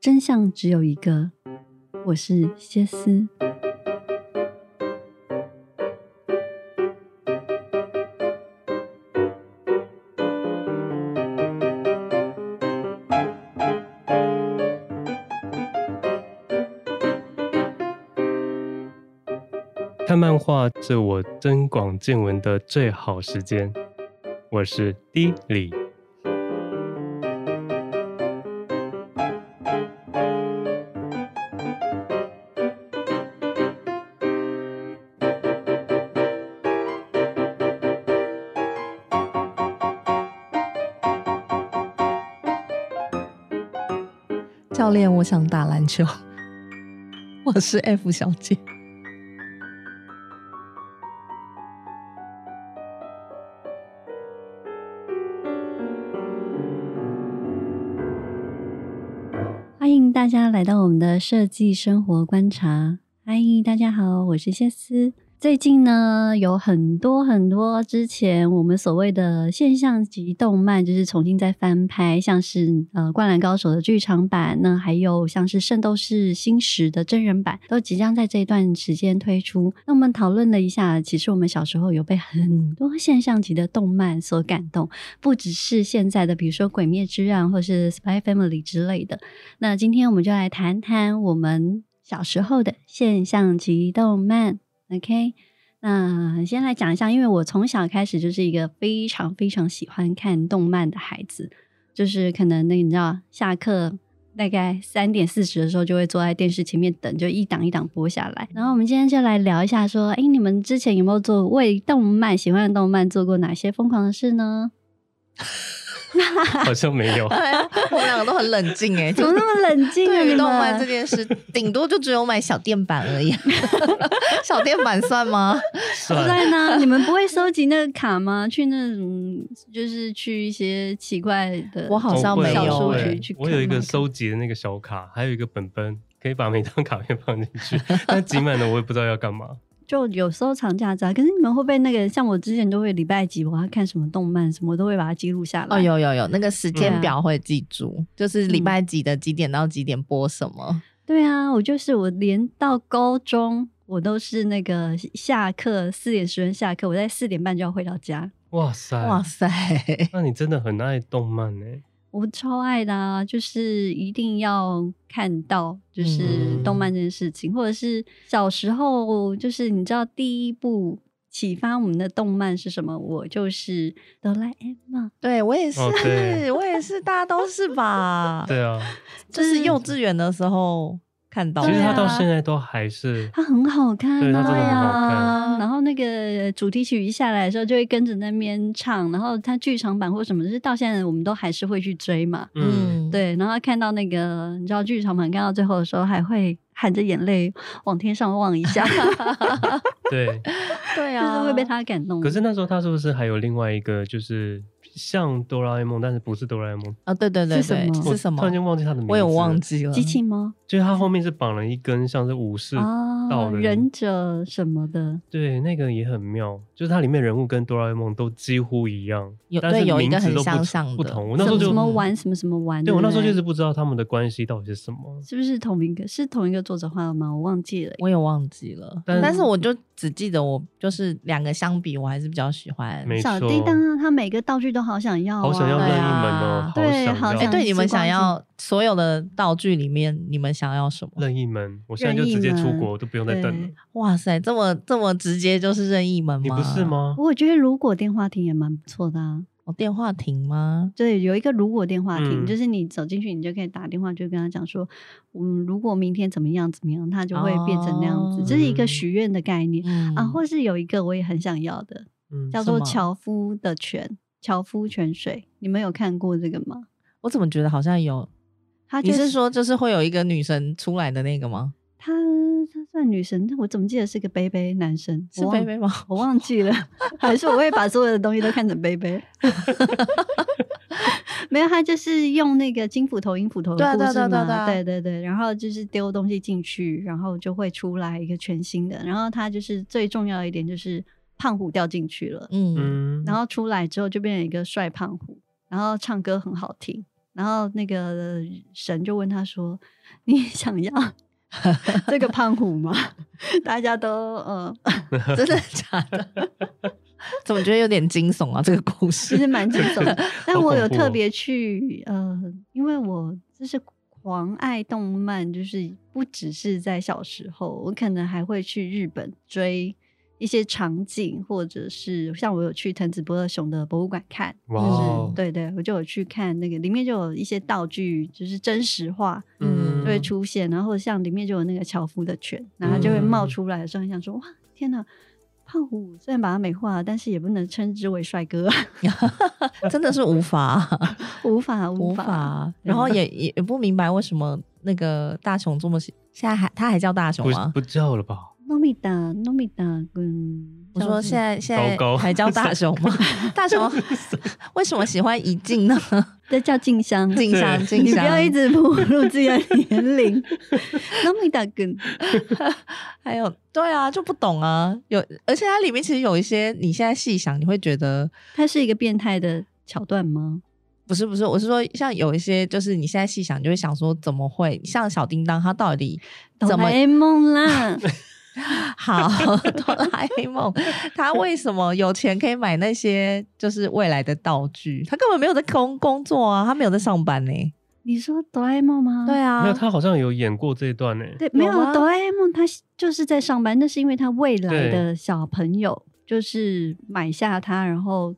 真相只有一个。我是歇斯。看漫画是我增广见闻的最好时间。我是 D 李。教练，我想打篮球。 我是 F 小姐。，欢迎大家来到我们的设计生活观察。嗨，大家好，我是谢思。最近呢，有很多很多之前我们所谓的现象级动漫，就是重新再翻拍，像是呃《灌篮高手》的剧场版，那还有像是《圣斗士星矢》的真人版，都即将在这一段时间推出。那我们讨论了一下，其实我们小时候有被很多现象级的动漫所感动，不只是现在的，比如说《鬼灭之刃》或是《Spy Family》之类的。那今天我们就来谈谈我们小时候的现象级动漫。OK，那先来讲一下，因为我从小开始就是一个非常非常喜欢看动漫的孩子，就是可能那你知道，下课大概三点四十的时候就会坐在电视前面等，就一档一档播下来。然后我们今天就来聊一下，说，哎，你们之前有没有做为动漫喜欢的动漫做过哪些疯狂的事呢？好像没有 哎呀我们两个都很冷静 哎、怎么那么冷 静啊？对于你动们漫这件事， 顶多就只有买小电板 而已。小电板算吗？不算在呢，你们不会收集那个卡吗？去那种就是去一些奇怪的，我好像没有小小数数据据去看吗。欸我有一个收收集的那个小卡，还有一个本本，可以把每张卡片放进 去。但集满了我也不知道要干嘛。就有时候长假子啊，可是你们会不会那个？像我之前都会礼拜几我要看什么动漫什么，我都会把它记录下来。 哦，有有有，那个时间表会记住，就是礼拜几的几点到几点播什么。对啊，我就是我连到高中，我都是那个下课四点十分下课，我在四点半就要回到家。哇塞，哇塞，那你真的很爱动漫欸呢、我超爱的啊，就是一定要看到，就是嗯动漫这件事情，或者是小时候，就是你知道第一部启发我们的动漫是什么？我就是哆啦 A 梦，对我也是，哦对 我也是，大家都是吧？对 啊，就是幼稚园的时候看到的。其实对他啊到现在都还是它很好看、啊，对它真的很好看啊。然后那个主题曲一下来的时候，就会跟着那边唱，然后它剧场版或什么，就是到现在我们都还是会去追嘛。啊嗯，对，然后看到那个，你知道剧场版看到最后的时候，还会含着眼泪往天上望一 下，对。对就是啊，会被他感动。可是那时候他是不是还有另外一个，就是像哆啦 A 梦，但是不是哆啦 A 梦？啊，对对对是什对么，我是什么突然？间忘记他的名字，我有忘。记了。啊机器猫就是他后面是绑了一根像是武士，哦啊道，的忍者什么的，对，那个也很妙，就是它里面人物跟哆啦 A 梦都几乎一样，有但是对有一名个字很都不相像的不同。我什那时候么就什么玩什么什么玩。对我那时候不对就是不知道他们的关系到底是什么。是不是同一个？是同一个作者画的吗？我忘记了。我也忘记了，但但是我就只记得我就是两个相比，我还是比较喜欢。没小错，叮当啊，他每个道具都好想要啊，好想要任意门哦，啊好对对好哎、想想要对，你们时光想要所有的道具里面，你们想要什么？任意门，我现在就直接出国，我都不用再等了对。哇塞，这么这么直接就是任意门吗？你不是？吗不？过我觉得如果电话亭也蛮不错的啊，哦，电话亭吗？对，有一个如果电话亭，嗯就是你走进去，你就可以打电话，就跟他讲说，嗯，如果明天怎么样怎么样，他就会变成那样子，哦这是一个许愿的概念、嗯啊，或是有一个我也很想要的，嗯，叫做什么樵夫的泉，樵夫泉水，你们有看过这个吗？我怎么觉得好像有？他就你是说就是会有一个女神出来的那个吗？他他算女神，但我怎么记得是个杯杯男生？是我忘贝贝吗？我忘记了， 还是我会把所有的东西都看成杯 杯？ 没有，他就是用那个金斧头、银斧头的对啊故对啊事对啊嘛，对啊对对对，然后就是丢东西进去，然后就会出来一个全新的。然后他就是最重要一点就是胖虎掉进去了， 嗯，嗯，然后出来之后就变成一个帅胖虎，然后唱歌很好听，然后那个神就问他说：“你 想要 这个胖虎吗？” 大家都呃，嗯真的假的？ 怎么觉得有点惊悚啊？这个故其实事，蛮惊悚 的。但好我恐有怖特哦别去呃，因为我就是狂爱动漫，就是不只是在小时候，我可能还会去日本追一些场景，或者是像我有去藤子不二雄的博物馆看，哇就是哦对对，我就有去看那个里面就有一些道具，就是真实化，就会嗯出现，然后像里面就有那个樵夫的犬，然后它就会冒嗯出来的时候，很想说哇，天哪！胖虎虽然把它美化，但是也不能称之为帅哥，真的是无法啊无法无法。法，然后也也也不明白为什么那个大雄这么喜现在还他还叫大雄不吗？不叫了吧？糯米达，糯米达，嗯，我叫说什么现在现糟糕在还叫大雄吗？ 大雄为什么喜欢一静呢？ 这叫静香，静香，对静香，你不要一直暴露自己的年龄。糯米 达跟还有对啊，就不懂啊。有，而且它里面其实有一些，你现在细想，你会觉得它是一个变态的桥段吗？不是不是，我是说，像有一些，就是你现在细想，你就会想说，怎么会像小叮当，它到底哆怎么啦 A 梦啦， 好？哆啦 A 梦，它为什么有钱可以买那些就是未来的道具？它根本没有在工工作啊，它没有在上班呢、你说哆啦 A 梦吗？对啊没有，，他好像有演过这一段欸呢。对，没有有吗哆啦 A 梦，他就是在上班，那是因为他未来对的小朋友就是买下他，然后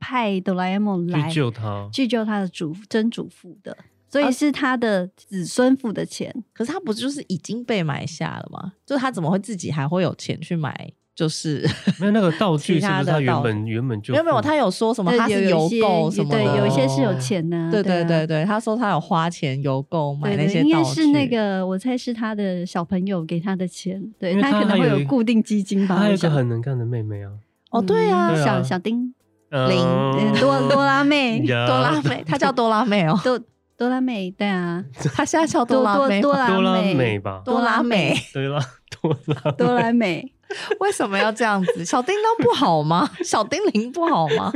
派哆啦 A 梦来去救他， 去救他的祖曾祖父的，所以哦是他的子孙付的钱。可是他不就是已经被买下了吗？就他怎么会自己还会有钱去买？就是没有那个道具其是他不是的他原道本原本就没有没有，付他有说什么对他有是有邮一些购什么的，对，有一些是有哦钱呐、对对啊对对，他说他有花钱邮购买对那对些应道该具，是那个，我猜是他的小朋友给他的钱，对因为他他可能还会有有一固定基金吧。他还有我一个想很能干的妹妹啊，哦，对啊，嗯对啊小小丁，零嗯，多多拉妹， 嗯呀哆啦美，她叫哆啦美哦，多多拉妹，对啊，她现在叫多哆啦美，哦多多拉拉妹美，吧，哆啦美，对啦， 多 拉多拉妹，为什么要这样子？小叮当不好吗？ 小叮铃不好吗？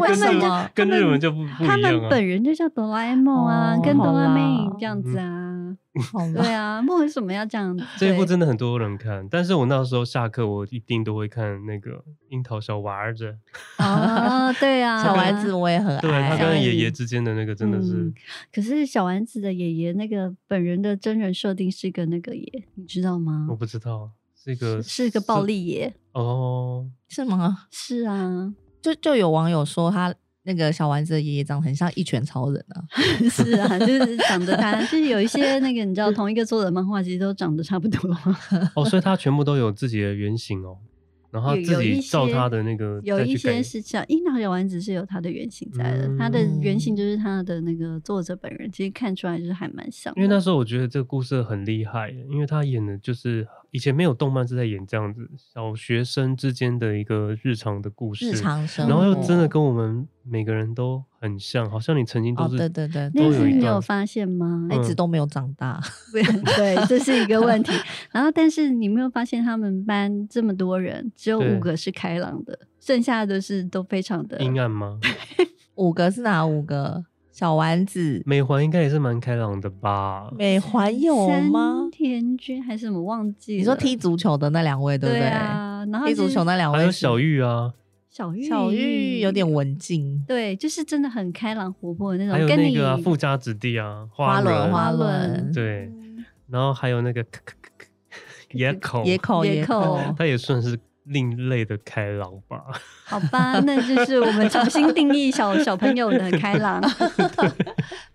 为什么？跟们日文就不不一他样们啊。本人就叫哆啦 A 梦啊，哦跟哆啦好妹啦嗯这样子啊，好 对啊，为什么要这样？这一部对真的很多人看，但是我那时候下课，我一定都会看那个樱桃小丸子，啊，对啊， 小丸子我也很对他爱，跟爷爷之间的那个真的是哎嗯，可是小丸子的爷爷那个本人的真人设定是个那个爷，你知道吗我？哦不知道是一个是个暴力爷。哦，是吗？是 啊，就就有网友说他那个小丸子的爷爷长得很像一拳超人啊，是啊，就是长得他，就是有一些那个你知道，同一个作者的漫画其实都长得差不多。哦，所以他全部都有自己的原型哦，然后他有自有一己照些他的那个有呃再一去些改是像樱桃小丸子是有它的原型在的，它的原型嗯就是它的那个作者本人，其实看出来就是还蛮像的。因为那时候我觉得这个故事很厉害，因为他演的就是以前没有动漫是在演这样子小学生之间的一个日常的故事，日常生活，然后又真的跟我们每个人都很像，好像你曾经哦都，是、对对对，都但有是一你段有发现 嗯吗？一直都没有长大， 对对，这是一个问题。然后，但是你没有发现他们班这么多人，只有对五个是开朗的，剩下的是都非常的。阴暗吗？五个是哪五个？小丸子、美环应该也是蛮开朗的吧？美环有吗山？田君还是什么忘记了？你说踢足球的那两位，对不对对？啊，然后踢足是球那两位还是，有小玉啊，小玉，小玉有点文静，对，就是真的很开朗活泼的还那种，有跟那你个啊富家子弟啊，嗯花轮轮花轮轮，对，然后还有那个 咳咳咳咳野口野口野野口口，他也算是另类的开朗 吧。好吧，那就是我们重新定义小小朋友的开 朗。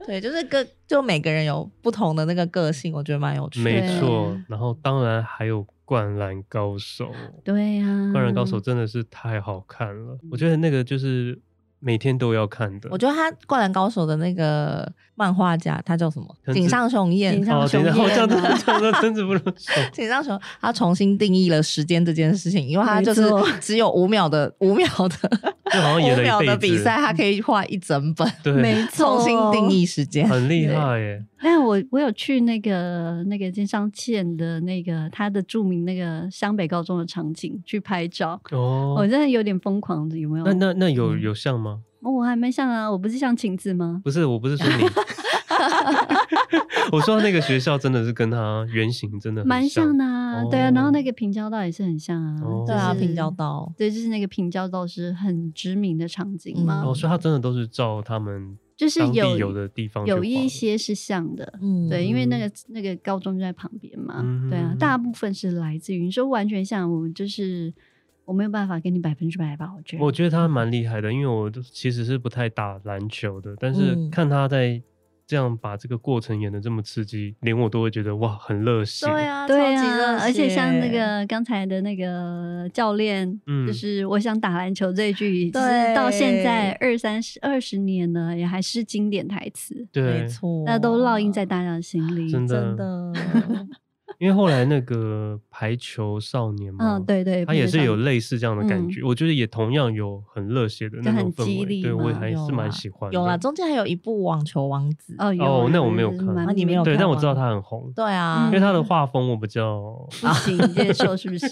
对，就是个就每个人有不同的那个个性，我觉得蛮有趣的。没错对，然后当然还有《灌篮高手》，对呀、啊， 《灌篮高手》真的是太好看了，我觉得那个就是每天都要看的。我觉得他《灌篮高手》的那个漫画家，他叫什么？藤子井上雄彦井。上哦，等一下，雄好像彦啊讲到真子不能说，井上雄，他重新定义了时间这件事情，因为他就是没错 只有五秒的五秒 的就好像哦演五了秒一辈的子。比赛，他可以画一整本，对，没错，重新定。义时间。很厉害耶。但我我有去那个那个金商茜的那个她的著名那个湘北高中的场景去拍照，哦我，真的有点疯狂，有没有？那那那有嗯有像吗？哦我还没上啊，我不是上晴子吗？不是，我不是说 你，我说那个学校真的是跟他原型真的很蛮像的啊，对啊，然后哦那个平交道也是很像啊，哦对啊，就是平交，道，对，就是那个平交道是很知名的场景嘛，嗯哦，所以他真的都是照他们就是当有地有的地方去有画一的些是像的，嗯，对，因为那嗯个那个高中就在旁边嘛，嗯对啊嗯，大部分是来自于你说完全像我，就是我没有办法给你百分之百吧，我觉得。我觉得他蛮厉害的，因为我就其实是不太打篮球的，但是嗯看他在这样把这个过程演的这么刺激，连我都会觉得哇，很热血。对啊，对超级热啊，血而且像那 个刚才的那个教练，嗯就是我想打篮球这一句，就对是到现在二三十二十年了，也还是经典台词，对没，错，那都烙印在大家的心里。真的，真的， 因为后来那个排球少年嘛，嗯，，对对，他也不知是有道类似这样的嗯感觉，我觉得也同样有很热血的就那种很氛激围，励对嘛我也还有是蛮啦喜欢的。有啦，啊中间还有一部网球王 子，哦有哦啊那我没有就是看蛮啊你没有对，但看我知道吗他很红，对啊，嗯因为他的画风我比 较，不行接受是不是？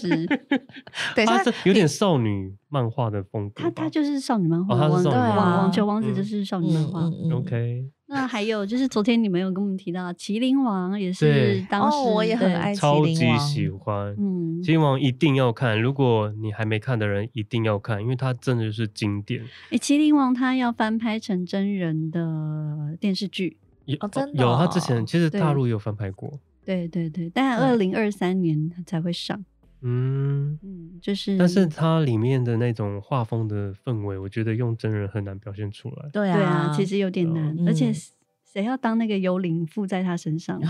等一他下是有点少女漫画的风格他吧。他就是少女漫画，哦他是网少女漫画网网球王嗯子就是少女漫画。嗯 OK，那还有就是昨天你们有跟我们提到《麒麟王》，也对是当时哦我也很对爱超麒级麟喜王欢。嗯麒，麟王一定要看，如果你还没看的人一定要看，因为它真的是经典。诶麒麟王》它要翻拍成真人的电视剧，有、哦真的有，它哦之前其实大对陆也有翻拍过。对对对，但二零二三年它才会上，嗯，嗯，就是，但是它里面的那种画风的氛围，我觉得用真人很难表现出来。对对啊，其实有哦点难，嗯而且谁要当那个幽灵附在他身 上？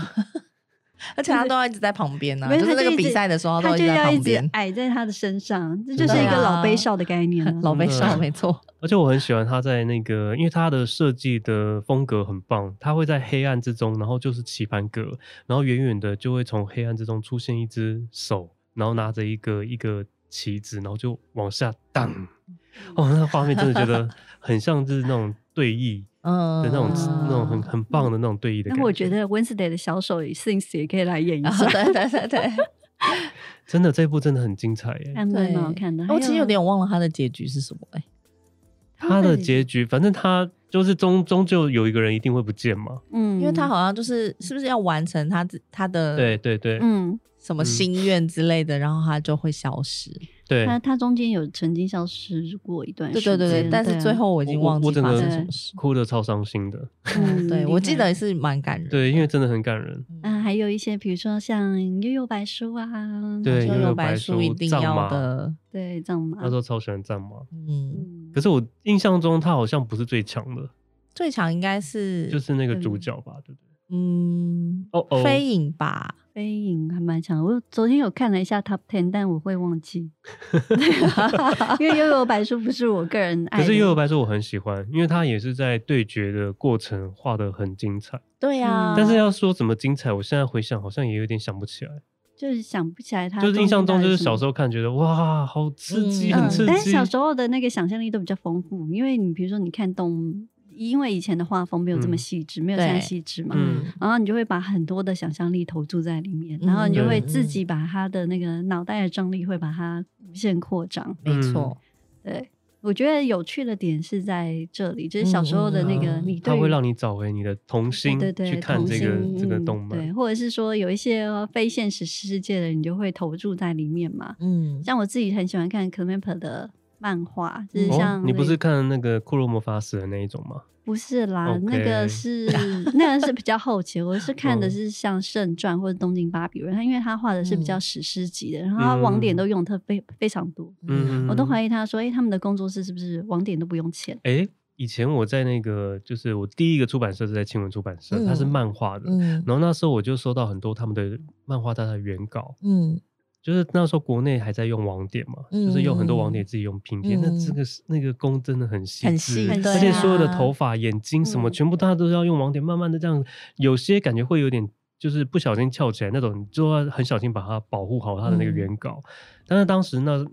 而且他都要一直在旁边呢、啊没有就是他那个就一直比赛的时候，他都就在要一旁直边。矮在他的身上，这 真就的是一个老啊。悲少的概念啊 老真被的笑，没错，而且我很喜欢它在那个，因为它的设计的风格很棒，它会在黑暗之中，然后就是棋盘格，然后远远的就会从黑暗之中出现一只手，然后拿着一个一个棋子，然后就往下荡。哦，那画面真的觉得很像是那种对弈嗯的那种、那种很 啊很棒的那种对弈的感那觉。我觉得 Wednesday 的小手 Since 也可以来演一 下，啊对对对对， 真的这部真的很精彩耶。还蛮好看的。还我其实有点忘了他的结局是什么、哎，它的结局，反正它就是终终究有一个人一定会不见嘛。嗯，因为他好像就是是不是要完成他自他的对对对、嗯，什么心愿之类的，然后他就会消失。对。他他中间有曾经消失过一段对时对间，对对，但啊是最后我已经忘我我记整发个生什么事。哭的超伤心的。嗯对，明我白记得是蛮感人。嗯对，因为真的很感人。那还有一些，比如说像《悠悠白书》啊，对就幽有游白白书书一定藏要马的，对藏马那时，候超喜欢战马，嗯，嗯可是我印象中他好像不是最强的，最强应该是就是那个主角吧，对不对？嗯哦哦飞影吧，飞影还蛮强的。我昨天有看了一下 Top Ten，但我会忘 记，因为《悠悠白书》不是我个人爱可的。是《幽游白书》我很喜欢，因为他也是在对决的过程画的很精彩。对啊嗯呀、但是要说怎么精彩，我现在回想好像也有点想不起来，就是想不起来他，就是印象中就是小时候。候看觉得哇，好刺激，嗯很刺但是激。小时候的那个想象力都比较丰富，因为你比如说你看动，因为以前的画风没有这么嗯细致，没有现在对细致嘛，嗯，然后你就会把很多的想象力投注在里面，然后你就嗯会自己把他的那个脑袋的张力会把它无限扩张。没嗯错，对我觉得有趣的点是在这里，就是小时候的那个嗯嗯嗯你对它啊会于让你找回你的童心，对对对去看童这个心这个嗯动漫。对，或者是说有一些非现实世界的，你就会投注在里面嘛。嗯，像我自己很喜欢看 Clamp 的漫画，就是嗯像、哦，你不是看那个《库洛魔法使》的那一种吗？不是啦 OK 哦那个是那个是比较后期，我是看的是像《圣传》或者《东京巴比伦》，他因为他画的是比较史诗级的，然后他网点都用得特非非常多，嗯，我都疑。怀疑他说，哎、他们的工作室是不是网点都不用钱？哎，以前我在那个就是我第一个出版社是在青文出版社，它是嗯漫画的。嗯然后那时候我就收到很多他们的漫画，它的原稿，嗯，就是那时候国内还在用网点嘛，嗯就是用很多网点自己用拼贴，嗯那这个是那个工真的很细很致，细很对而且所有的啊头发、眼睛什么，嗯全部它都要用网点，慢慢的这样，有些感觉会有点。就是不小心翘起来那种，你就要很小心把它保护好它的那个嗯原稿。但是当时那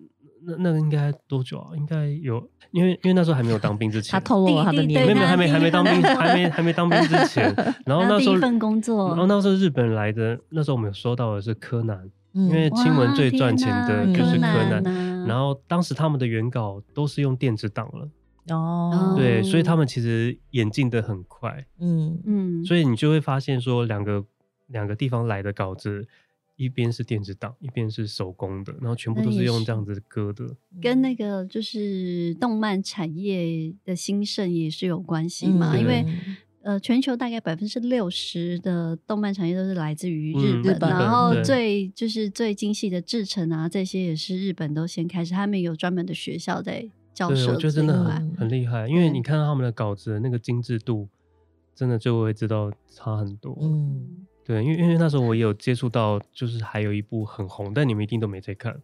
那那个应该多久啊？应该有，因为因为那时候还没有当兵之前，啊他透露了他的弟弟年没对有没有，那还没第一还没当兵，份还没还没当兵之 前，然后那第时候一份工作然后那时候日本来的，那时候我们有收到的是柯南，嗯因为哇新闻最赚钱的天哪就是柯柯南。南啊然后当时他们的原稿都是用电子档了，哦，对，所以他哦们其实演进的很快，嗯，嗯，所以你就会发现说两个两个地方来的稿子，一边是电子档，一边是手工的，然后全部那都也是用是这样子割的。跟那个就是动漫产业的兴盛也是有关系嘛，嗯因为对呃，全球大概百分之六十的动漫产业都是来自于日嗯本，日本然后对最就是最精细的制成啊，这些也是日本都先开始，他们有专门的学校在教对，授我觉得这一真的块。很很厉害，因为对你看到他们的稿子的那个精致度，真的就会知道差很多。嗯。对，因为因为那时候我也有接触到，就是还有一部很红，但你们一定都没在看。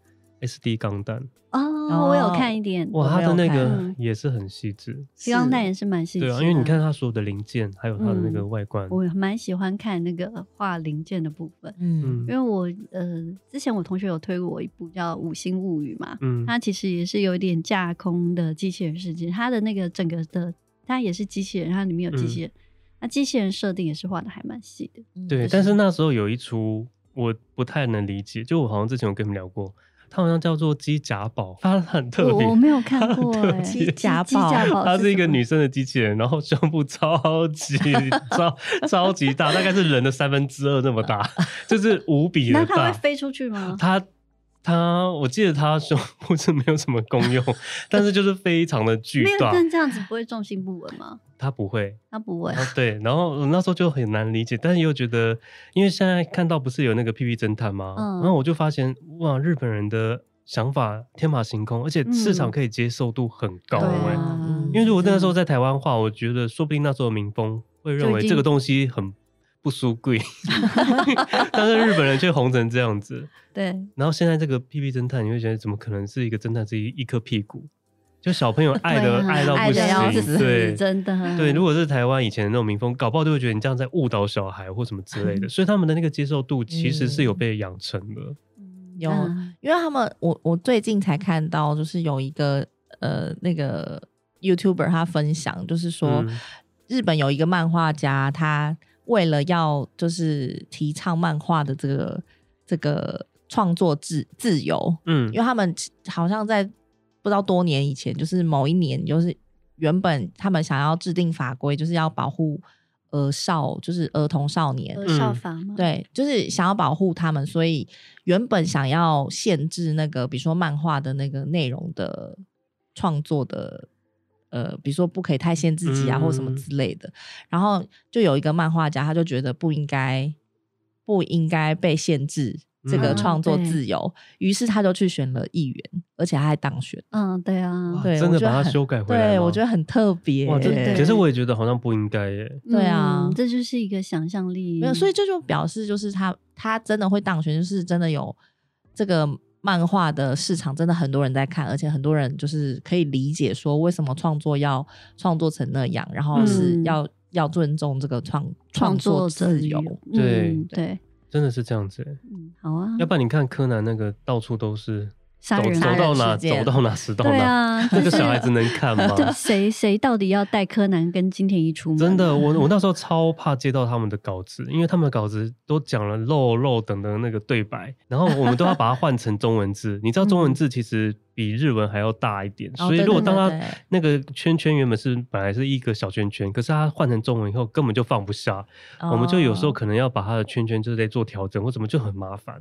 S D 钢弹，哦，我有看一点，哇，我它没的有那看个嗯也是很细致， 《钢弹》也是蛮细致对的啊，因为你看，它所有的零件，还有它的那个嗯外观，我蛮喜欢看那个画零件的部分，因嗯嗯为我呃，之前我同学有推过我一部叫《五星物语》嘛，嗯，它其实也是有点架空的机器人世界，它的那个整个的，它也是机器人，它里面有嗯机器人，那机器人设定也是画的还蛮细的。嗯对，但是那时候有一出我不太能理解，就我好像之前有跟你们聊过，它好像叫做机甲堡，它很特我别，我没有看它很过 特哎、别机甲机甲堡，它是一个女，生的机器人，然后胸部超 级超超级大，大概是人的三分之二那 么大，就是无比那的它会大。飞出去吗？它它，我记得它胸部是没有什么功 用，但是就是非常的巨没有，大。但这样子不会重心不稳吗？它不会，它不会。然后对，然后我那时候就很难理解，但是又觉得，因为现在看到不是有那个《屁屁侦探》吗？嗯然后我就发现，哇，日本人的想法天马行空，而且市场嗯可以接受度很高、对欸。啊，因为如果那时候真的在台湾话，我觉得说不定那时候民风会认就已为经这个东西很不 输贵，但是日本人却红成这样子。对，然后现在这个屁屁侦探，你会觉得怎么可能是一个侦探是一一颗屁股？就小朋友爱的、对啊爱到爱不得要行，死，对。真的， 对，如果是台湾以前的那种民风，搞不好就会觉得你这样在误导小孩或什么之类的，所以他们的那个接受度其实是有被养成的。有嗯因为他们，我我最近才看到，就是有一个呃那个 YouTuber 他分享，就是说、嗯日本有一个漫画家，他为了要就是提倡漫画的这个这个创作自自由，嗯因为他们好像在不知道多年以前，就是某一年，就是原本他们想要制定法规，就是要保护儿少，就是儿童少年，嗯有效法吗？，对，就是想要保护他们，所以原本想要限制那个，比如说漫画的那个内容的创作的，呃，比如说不可以太限制级啊，或什么嗯之类的。然后就有一个漫画家，他就觉得不应该，不应该被限制这个嗯创作对自由，于、是他就去选了议员，而且他还当选。嗯，对啊哇，对真我的觉得把它很修改回来吗，对，我觉得很特别、哇，这对可是我也觉得好像不应该耶。对啊嗯这就是一个想象力。没有，所以这就表示就是他他真的会当选，就是真的有这个漫画的市场，真的很多人在看，而且很多人就是可以理解说为什么创作要创作成那样，然后是嗯要、要尊重这个创创作作者自由。对嗯对，真的是这样子欸，嗯，好啊，要不然你看柯南那个到处都是，杀走人走啊杀到人哪事件走到哪死到对哪，啊，那就个是小孩子能 看吗？就谁谁到底要带柯南跟金田一出门？啊真的，我我那时候超怕接到他们的稿子，因为他们的稿子都讲了肉肉等的那个对白，然后我们都要把它换成中文字。你知道中文字其实比日文还要大一点，哦所以对如果对当对它对那个圈圈原本是本来是一个小圈圈，可是它换成中文以后根本就放不下，哦我们就有时候可能要把它的圈圈就是在做调整或什么，就很麻烦。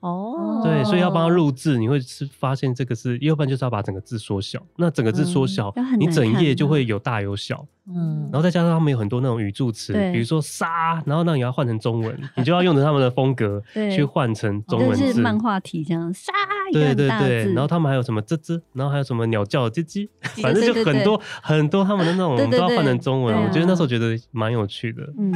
哦，对，所以要帮他哦录制，你会是发现这个是，要不然就是要把整个字缩小。那整个字缩嗯小，那很你难整看页就的会有大有小，嗯然后再加上他们有很多那种语助词，比对如说杀，然后那你要换成中文，你就要用着他们的风格 对哦去换成中文就是字。漫画体这样杀一个对很对大的对，字然后他们还有什么吱吱，然后还有什么鸟叫叽叽，反正对就对很对多很多他们的那种，我对们都要对换成对中文。对我觉得那啊时候觉得蛮有趣的。嗯，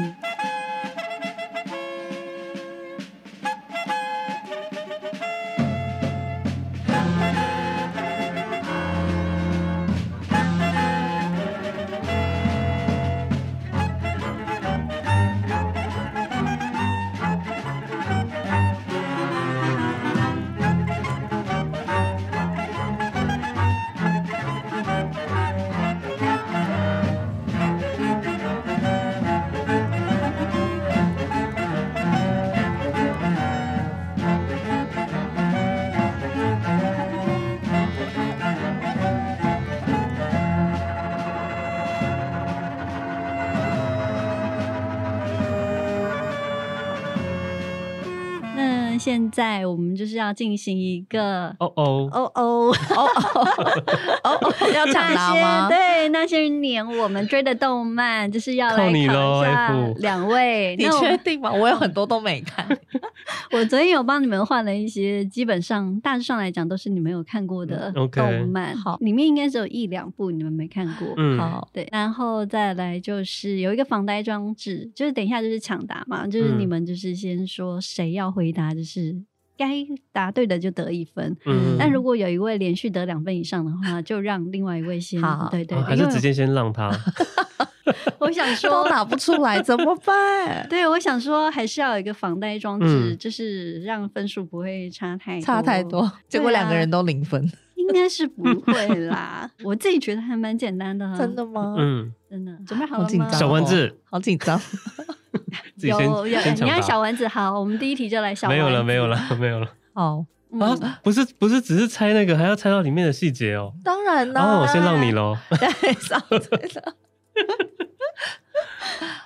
「那现在我们就是要进行一个哦哦，哦哦，哦哦哦，要抢答那些吗？对那些年我们追的动漫，就是要来靠你考咯一下 F 两位。你那我确定吗？我有很多都没看。 我昨天有帮你们换了一些，基本上大致上来讲都是你们有看过的嗯，OK 动漫，好里面应该只有一两部你们没看过。嗯， 好，对，然后再来就是有一个防呆装置，就是等一下就是抢答嘛，就是嗯你们就是先说谁要回答，就是该答对的就得一分。嗯，但如果有一位连续得两分以上的话，就让另外一位先好。对对啊对，还因是为直接先 让他，我想说都，打不出来怎么办？对我想说还是要有一个防呆装置，嗯就是让分数不会差 太差太。多，结果啊两个人都零分，应该是 不会啦，我自己觉得还蛮简单的、啊，真的吗？嗯，真的，准备好好了紧吗？张，小丸子，好紧张。自己有先有，先你抢看答小丸子好，我们第一题就来小丸没子。有了，没有了，没有了 好，嗯啊！不是不是，只是猜那个，还要猜到里面的细节哦。当然啦。哦，我先让你。喽。 对，少了。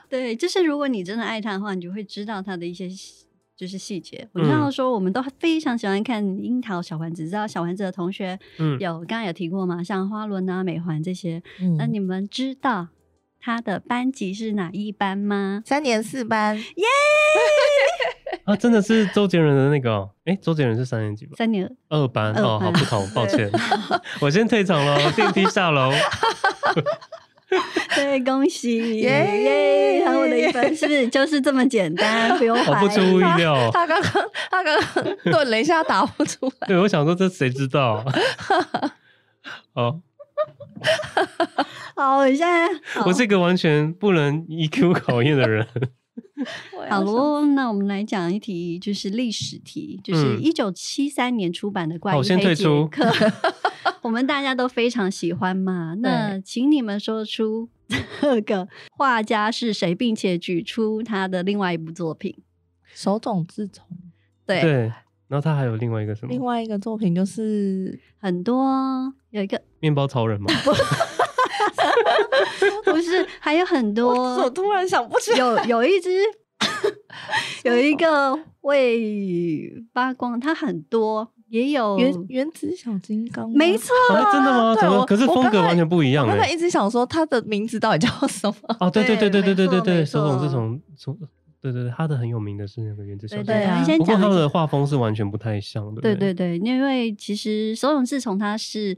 对，就是如果你真的爱他的话，你就会知道他的一些细就是细节。我嗯知道说我们都非常喜欢看樱桃小丸子，知道小丸子的同学嗯，有刚刚有提过嘛，像花轮啊、美环这些。那嗯，你们知道他的班级是哪一班吗？三年四班，啊，真的是周杰伦的那个、哦，哎，周杰伦是三年级吧？三年二班二哦，班好 不同，抱对歉， 我先退场喽， 电梯下楼。 对，恭 喜耶耶！还我的一分，是不是就是这么简 单？不用我怀不出疑意。料， 哦他刚刚他刚刚顿了一下，打不出 来。对我想说这谁 知道？哦，好，我现在好我是一个完全不能 EQ 考验的人。好喽，那我们来讲一题，就是历史题，就是嗯一九七三年出版的《怪好医先黑退杰出克》， 我们大家都非常喜欢嘛。那请你们说出 这个画家是谁，并且举出他的另外一部作品。手冢治虫。 对，对，然后他还有另外一个什另么外一个作品就是很多有一 个面包超人 吗？不是，还有很我多突然想不起来，有有一 只有一个会发光，它很多，也有原原子小金刚吗，没错。啊，真的吗？对怎么？我可是我风刚格才完全不一样我刚才哎。一直想说他的名字到底叫什么？哦，对对对对对对对没对错没对，手冢治错虫从对对对，他的很有名的是那个原子小对金对，对刚啊你先不过讲他一们下的画风是完全不太像的。对不对对，因为其实手冢治虫他是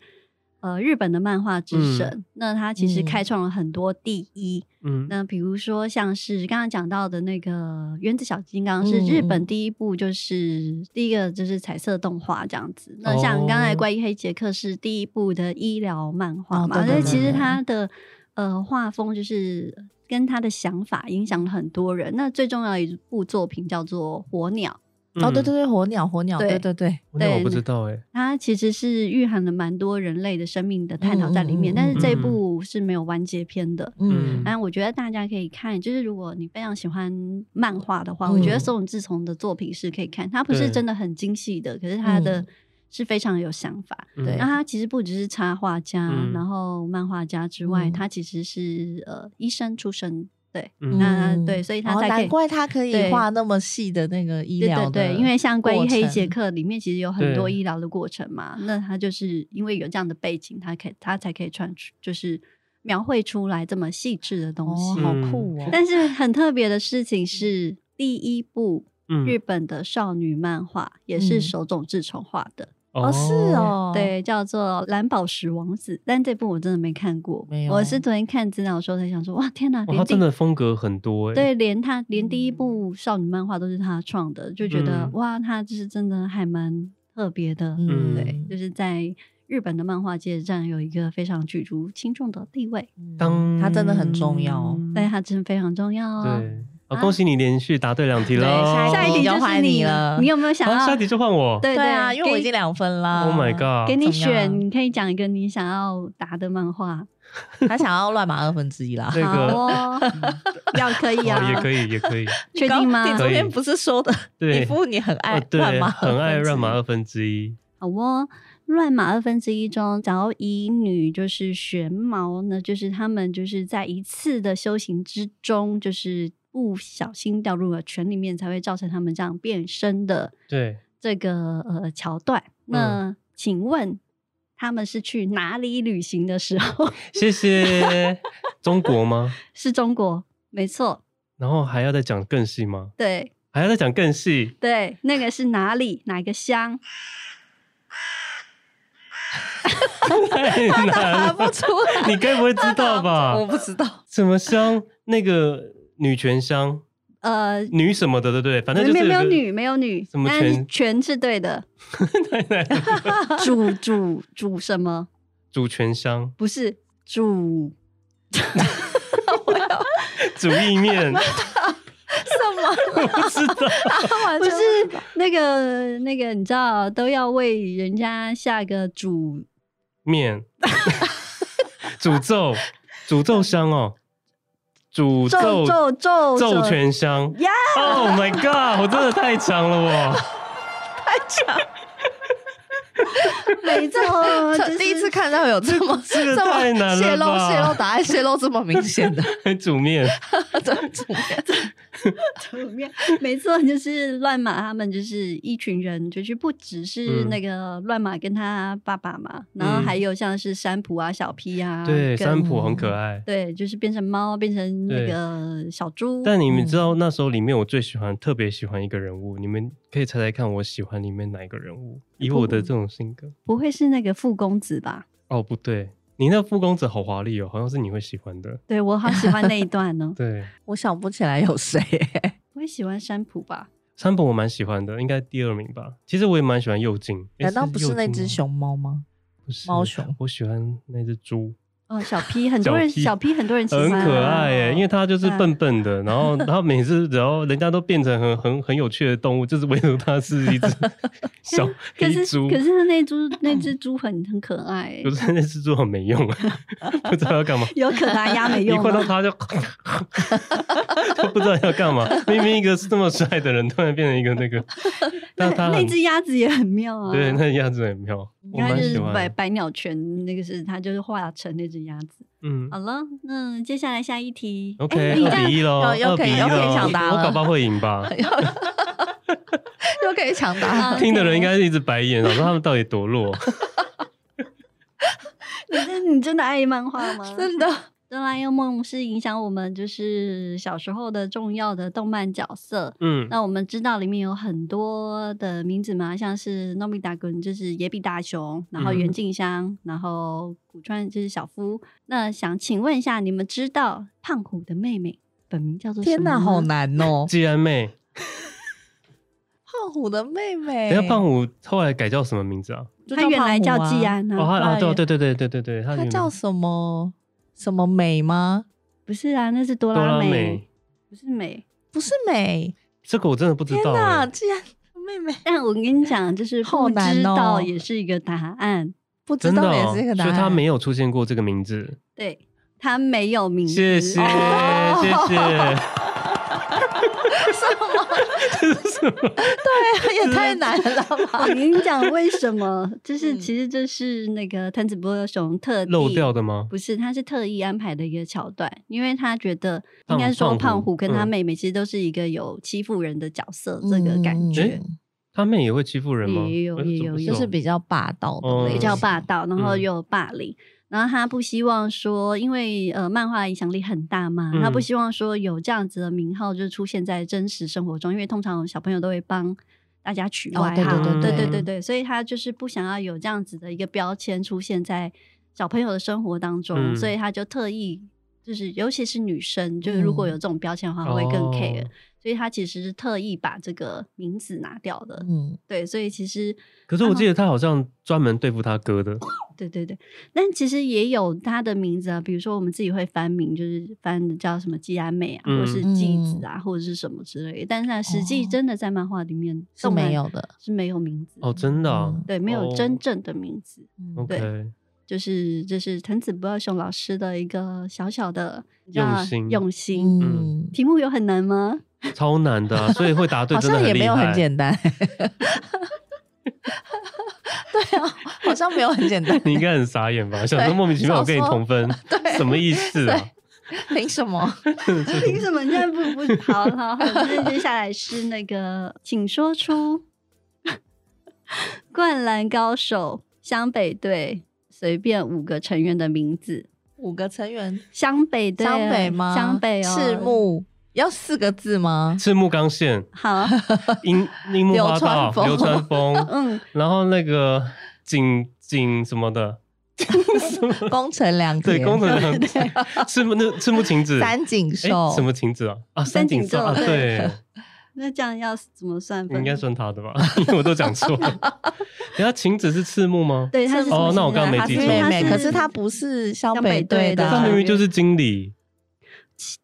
呃日本的漫画之嗯神，那他其实嗯开创了很多第一。嗯，那比如说像是刚刚讲到的那个《原子小金刚》，是日嗯本嗯第一部，就是、第一个就是彩色动画这样子。那像刚才哦《怪医黑杰克》是第一部的医疗漫画哦嘛，对所对以对其实对他的呃画风就是。跟他的想法影响了很多人。那最重要的一部作品叫做《火鸟》， 哦，对嗯对，对，火鸟，火鸟，对对对对，那我对不知道哎。它其实是蕴含了蛮多人类的生命的探讨在里面，嗯嗯嗯但是这一部是没有完结篇的。嗯但我觉得大家可以看，就是如果你非常喜欢漫画的话，嗯我觉得手冢治虫的作品是可以看。它不是对真的很精细的，可是它的嗯是非常有想法。嗯对那他其实不只是插画家，嗯然后漫画家之外，嗯他其实是呃医生出身。对，嗯那对所以他哦才可以难怪他可对以画那么细的那个医对疗对的，对，因为像《关于过黑程杰克》里面其实有很多对医疗的过程嘛，那他就是因为有这样的背景，他可以他才可以穿出就是描绘出来这么细致的东哦西。，好嗯酷嗯哦，但是很特别的事情是，第一部嗯日本的少女漫画也是嗯手冢治虫画的，哦是，哦，，对，叫做《蓝宝石王子》，但这部我真的没看过没，有我是昨天看资料的时候才想说，哇，天哪，哇连他第真的风格很多哎。对，连他连第一部少女漫画都是他创的，就觉得、嗯哇，他就是真的还蛮特别的，嗯对，就是在日本的漫画界占有一个非常举足轻重的地位，当他真的很重要。对他真的非常重要哦。对，好，恭喜你连续答对两题对了。下一哦题就要是换你了，了你有没有想好要？哦下一题就换我。对对啊，因为我已经给两分啦。 ，Oh my god！给你怎么样选，你可以讲一个你想要答的漫画， 他想要乱码二分之一啦。那个好 哦，要可以哦啊，也可以，也可以。确定吗你刚你昨可天以不是说的，对你夫你很爱啊乱对，码，很爱乱码。二分之一。好哦，乱码二分之一中，只要以女就是玄毛呢，就是他们就是在一次的修行之中，就是不小心掉入了圈里面，才会造成他们这样变身的对，这个呃桥段。那、请问他们是去哪里旅行的时候？ 谢谢中国吗？是中国，没错，然后还要再讲更细吗？对还要再讲 更细？对，那个是哪里？哪个乡？太难答了不出来，你该不会知道吧？啊我不知道，什么香？那个女权香，呃，女什么的，对不对？反正就没是有没有个女，没有女什，么但是权全是对 的。主主主什么？主权香、不是主主 意面，什么？不知道。完不全是那个那个，你知道都要为人家下个主面，诅咒，诅咒香哦，诅咒咒咒咒咒者权香。呀 Oh my god！我真的太强了我。没 错，这就是第一次看到有这么这个这么太难了泄露吧泄露答案泄露这么明显的，煮面，啊真主面图面， 没错，就是乱马他们就是一群人，就是不只是嗯那个乱马跟他爸爸嘛，然后嗯还有像是山普啊、小 P 啊，跟对，嗯三浦很可爱。对，就是变成猫，变成那对个小猪。但你们知道那时候里面我最喜欢、特别喜欢一个人物，你们可以猜猜看我喜欢里面哪一个人物？以我的这种性格，不会是那个富公子吧？哦，不对，你那副公子好华丽哦，好像是你会喜欢的。，对我好喜欢那一段哦对，我想不起来有谁、我也喜欢山普吧？三浦我蛮喜欢的，应该第二名吧。其实我也蛮喜欢右京，诶难道不是那只？右京吗熊猫吗？不是猫熊我喜欢那只猪，哦，小 P 很多人，小 P 小 P 很多人喜欢很啊，可哦爱耶、因为它就是嗯笨笨的，然 后它每次只要人家都变成很很很有趣的动物，就是唯独它是 一只小可黑是猪可。是他那猪 那只猪很很可爱耶可，是那只猪很没用，啊 不知道要干嘛。有可达鸭没 一用啊看到吗？它就就不知道要干嘛。明明一个是这么帅的人，突然变成一个那 个，那但它那很只鸭子也很妙啊，对，那样子很妙，我它蛮就喜是百欢的。百鸟泉，那个是它就是化成那只鸭子。嗯好哦了，那接下来下一题。哎，OK，你二看比一喽，又又二哦可比以一又可以咯抢答我搞了不好会赢 吧？又可以抢答啊案。听的人应该是一直白眼，想说他们到底多 弱。你真你真的爱漫画 吗？真的，哆啦 A 梦是影响我们就是小时候的重要的动漫角色。嗯，那我们知道里面有很多的名字嘛，像是糯米达滚就是野比大雄，然后嗯袁静香，然后古川就是小夫。那想请问一下，你们知道胖虎的妹妹本名叫做什天么哪，吗好难哦！既然妹，胖虎的妹妹，等一下胖虎后来改叫什么名字啊？就他原来叫胖虎啊季，安哦，啊，他啊，哎对对对对对对对，他他原叫什么什么美吗？不是啊，那是哆哆啦啦美美，，不是美。不是美，这个我真的不知天道哪，欸。竟然妹妹但我跟你讲，就是 好不难知哦道也是一个答案，不知真的道也哦，是一个答所以案，他没有出现过这个名字。对他没有名字。谢谢，谢谢。对， 也太难了吧？我跟你讲为什么？就是嗯其实这是那个藤子不二雄特地 漏掉的吗？不是，他是特意安排的一个桥段，因为他觉得应该说胖胖胖虎虎跟他嗯妹妹其实都是一个有欺负人的角色，这个嗯感觉诶他妹也会欺负人吗？也有哎也怎么有不也是有就哦是比较霸道的哦类型，比较霸道，然后嗯又有霸凌。然后他不希望说，因为呃，漫画影响力很大嘛，他不嗯希望说有这样子的名号就是出现在真实生活中，因为通常小朋友都会帮大家取哦外对号，对对对对对对对所以他就是不想要有这样子的一个标签出现在小朋友的生活当中，嗯所以他就特意就是，尤其是女生，就是如果有这种标签的话，会更嗯哦 care，、所以他其实是特意把这个名字拿掉的，嗯，对，所以其实。可是我记得他好像专门对付他哥的，对对对，但其实也有他的名字啊，比如说我们自己会翻名，就是翻叫什么季安美啊，嗯或是纪子啊，或者是什么之类的。但是它实际哦真的在漫画里面是动漫没有的。是没有名字哦，真的啊嗯对，没有哦真正的名字，嗯，OK，就是这是藤子不二雄老师的一个小小的你知道吗用心用心。嗯，题目有很难吗？超难 的啊，所以会答对好真的像也厉没有很害。简 单。对啊，好像没有很简单。你应该很傻眼吧？想说 对莫名其妙我跟你想说同分， 对什么意思啊？凭什么？凭什么 你现在不不好好？好那接下来是那个，请说出《 灌篮高手》湘北队随便五个成员的名字。五个成员，湘北队，啊啊湘北吗？湘北哦，赤木要四个 字吗？赤木刚 宪、好，樱樱木花道、流流川川 枫，嗯，然后那个景景什么的，宫城良田，啊对，工程 良田赤木那赤木晴子，哎，三井寿，什么晴子啊？啊，三三井井寿啊，寿对对，那这样要怎么算你分？ 应该算他的吧，因为我都讲错了。等下晴子是赤木吗？对，他赤是木哦那我刚刚没她记是错妹因妹，为可是她不是湘北队的湘他北明队明就是经理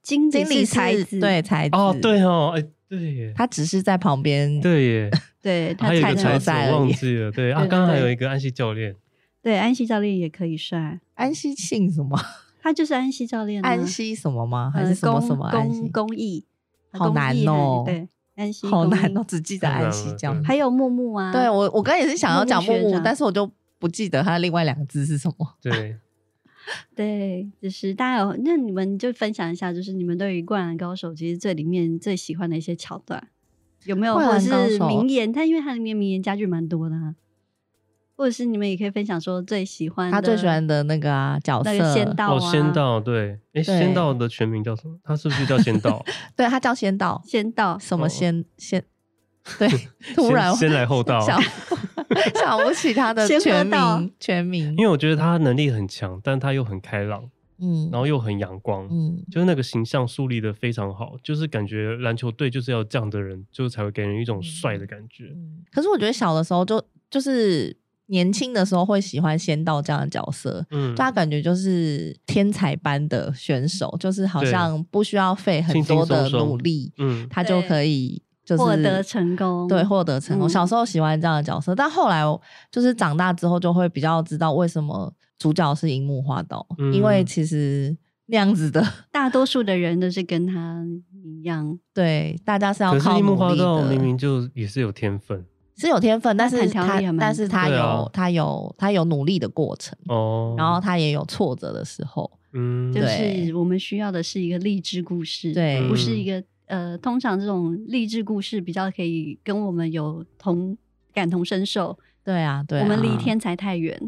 经经理理是才子，对才子哦，，对哦，哎，对耶，她只是在旁边。对耶，对，他还有一才个能才有子在而已我忘记了，对对啊，对刚刚还有对一个安西教练，对安西教练也可以算，安西庆什么？他就是安西教练啊，安西什么吗？还呃是什么公什么安西公？公益，啊好公益难还哦对，安西 好公难益哦，只记得安西教练。还有木木啊，对我，我刚才也是想要讲木木木学木，长但是我就不记得他另外两个字是什么。对，对，就是大家有那你们就分享一下，就是你们对于《灌篮高手》其实最里面最喜欢的一些桥段，有没有灌或者篮高是手名言？它因为它里面名言佳句蛮多的、啊，或者是你们也可以分享说最喜欢他最的喜欢的那个啊角那色个仙道哦，啊，仙道，对，哎，仙道的全名叫什么？他是不是叫仙道？对他叫仙道，仙道，什么哦仙仙？ 对，突然先先来后到，想 想不起他的仙鹤全道名，全名 因，为我觉得他能力很强，但他又很开朗，嗯然后又很阳光，嗯，就是那个形象树立的非常好，就是感觉篮球队就是要这样的人，就是才会给人一种帅的感觉。嗯可是我觉得小的时候就就是年轻的时候会喜欢仙道这样的角色，嗯，就他感觉就是天才般的选手，就是好对像不需要费很轻轻多的松松努力，嗯，他就可以就是获得成功对，获得成功。嗯小时候喜欢这样的角色，但后来我就是长大之后就会比较知道为什么主角是樱木花道，嗯因为其实那样子的。大多数的人都是跟他一样，对，大家是要可是靠樱木努花力的。嗯道明明就也是有天分是有天分，但他是弹跳他力还蛮但是他对有、啊他有他有努力的过程，哦，然后他也有挫折的时候。嗯，就对是我们需要的是一个励志故事，对不嗯是一个呃，通常这种励志故事比较可以跟我们有同感同身受，对啊，对啊我们离天才太远。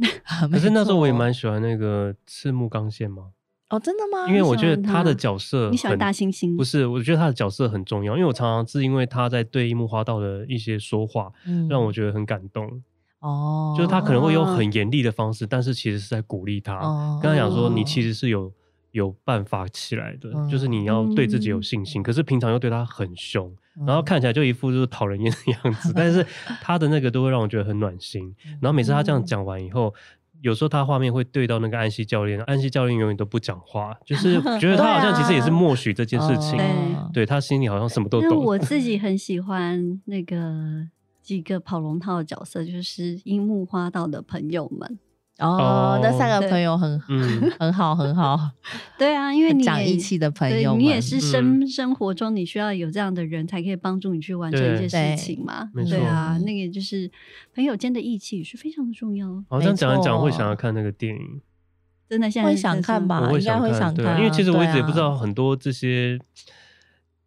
可是那时候我也没错蛮喜欢那个赤木刚宪嘛，哦，真的吗？因为我喜觉得欢他的他角 色你喜欢嗯很大猩猩？不是，我觉得他的角色很重要，因为我常常是因为他在对樱木花道的一些说话，嗯让我觉得很感动。哦，就是他可能会用哦很严厉的方式，但是其实是在鼓励他，哦跟他讲说你其实是有有办法起来的，嗯就是你要对自己有信心。可是平常又对他很凶，嗯然后看起来就一副就是讨人厌的样子，但是他的那个都会让我觉得很暖心。然后每次他嗯这样讲完以后。有时候他画面会对到那个安西教练，安西教练永远都不讲话，就是觉得对他啊好像其实也是默许这件事情，哦对他心里好像什么都那懂。我自己很喜欢那个几个跑龙套的角色，就是樱木花道的朋友们。哦，那哦三个对朋友很嗯 很好很好， 对啊，因为你讲也义气的朋对友你也们嗯是生、生活中你需要有这样的人，才可以帮助你去完成一对些事情嘛。没对错啊，那个也就是朋友间的义气是非常的重要。哦好像哦讲一讲没错会想要看那个电影，真的，现在会想看吧？我会应该想会看，想对看啊啊，因为其实我一直对也啊不知道很多这些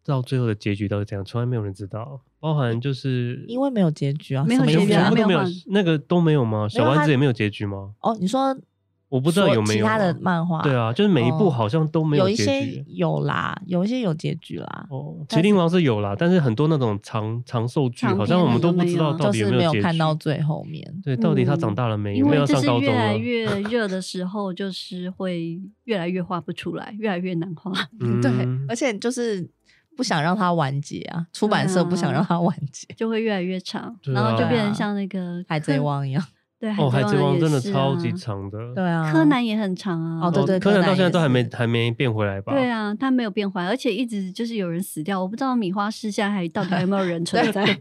到最后的结局到底怎样，从来没有人知道，包含就是因为没有结局啊，没有什么结意局思啊全啊部没都有没有换那个都没有吗？小丸子也没有结局吗？哦，你说我不知道所有没其有他的啊漫画，对啊，就是每一部哦好像都没有一结些局。有啦，有一些有结局啦，哦，但麒麟王是有啦，但是很多那种长长寿剧，长好像我们篇的都都不没知道有哦到就底是没没有结看局到最后面。对，到底他长嗯大了没？因有没为有这上是高越中来了？ 越热的时候，就是会越来越画不出来，越来越难画。 嗯 对，而且就是不想让它完结啊，出版社不嗯想让它完结，就会越来越长，对然后就啊变成像那个海贼柯，王一样。对，哦，海贼王也真的是超啊级长的，对啊，柯南也很长啊。哦对哦对柯南柯南到现在也都还没是还没变回来吧？对啊，他没有变坏，而且一直就是有人死掉，我不知道米花市现在还到底还有没有人存 在。嗯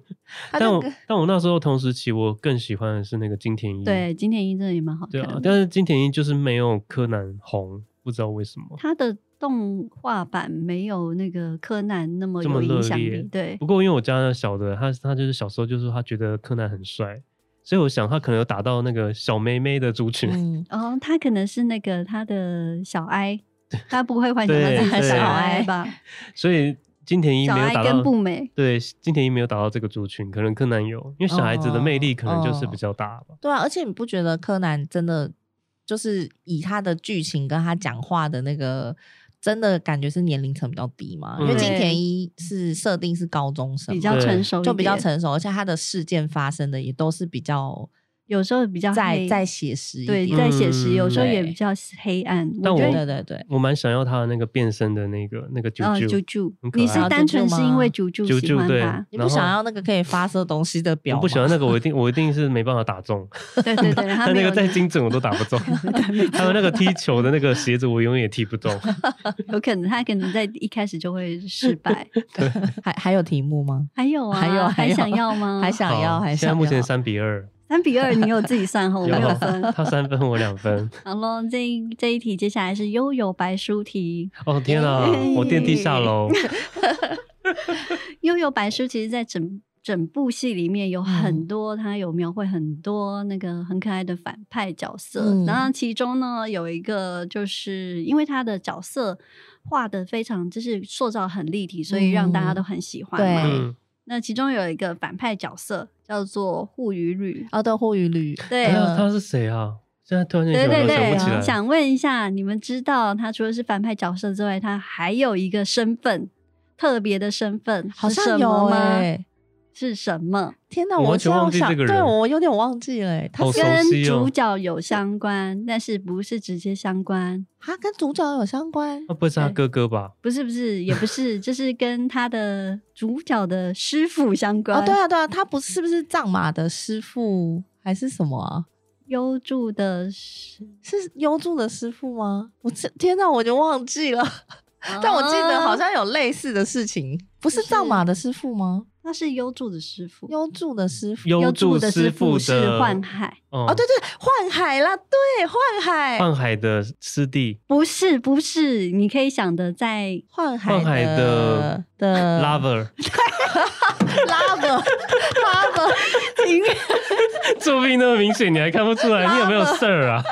他但就我跟但我那时候同时期，我更喜欢的是那个金田一。对，金田一真的也蛮好对看啊，的，但是金田一就是没有柯南红，不知道为什么。他的动画版没有那个柯南那么这么有热影响烈力。对不，过因为我家的小的，他他就是小时候就是他觉得柯南很帅，所以我想他可能有打到那个小妹妹的族群。嗯，哦，他可能是那个他的小哀，他不会幻想到自己对是小对哀吧？所以金田一小没有哀达跟到步美，对金田一没有达到这个族群，可能柯南有，因为小孩子的魅力可能就是比较大吧。对啊，而且你不觉得柯南真的就是以他的剧情跟他讲话的那个，真的感觉是年龄层比较低嘛？因为嗯金田一是设定是高中生嘛，比较对成熟一点，就比较成熟，而且他的事件发生的也都是比较有时候比较再黑再写实一对，点。在写实，嗯有时候也对比较黑暗。但觉我得对对对，我蛮想要他的那个变身的那个那个啾呃，啾啾啾很，可你爱是啊单啾啾纯是因为吗啾啾啾喜啾，欢对他，，你然不想后要那个可以发射东西的表我吗？不喜欢那个，我一定我一定是没办法打中，对对对，他他没那有个再精准我都打不中，还有那个踢球的那个鞋子我永远也踢不中。有可能他可能在一开始就会失败。 还还有题目吗？还有啊，还有还还有想要吗？还想要好还现在想目要前？三比二，三比二，你有自己 算后，我没嗯有有分。他三分我两分。好喽，这一这一题接下来是悠悠白书题。哦天 啊，我电梯下楼，悠悠白书其实在整整部戏里面有嗯很多，他有描绘很多那个很可爱的反派角色。嗯然后其中呢有一个，就是因为他的角色画的非常，就是塑造很立体，所以让大家都很喜欢嘛。对嗯，那其中有一个反派角色叫做护鱼吕，哦，对，护鱼旅，对哎呀，他是谁啊？现在突然间对想对想不起对，来，想问一下，你们知道他除了是反派角色之外，他还有一个身份，特别的身份，好是什么像有吗？哎。是什么？天哪，我完我全现在忘记想这个对人我有点忘记了欸。他好是熟跟悉哦主角有相关，但是不是直接相关？他跟主角有相关那不会是他哥哥吧？不是不是，也不是，就是跟他的主角的师傅相关。哦，对，啊，对啊，他不是不是藏马的师傅还是什么啊？优助的师，是优助的师傅吗？我这天哪，我就忘记了，但我记得好像有类似的事情，不啊是就是藏马的师傅吗？他是优助的师傅，优助的师傅优助助的师傅傅是幻海，哦哦，对对，幻海啦，对，幻海，幻海的师弟不是不是，你可以想的再幻海幻海的 的嗯的 lover， lover lover，作弊那么明显，你还看不出来？你有没有事儿啊？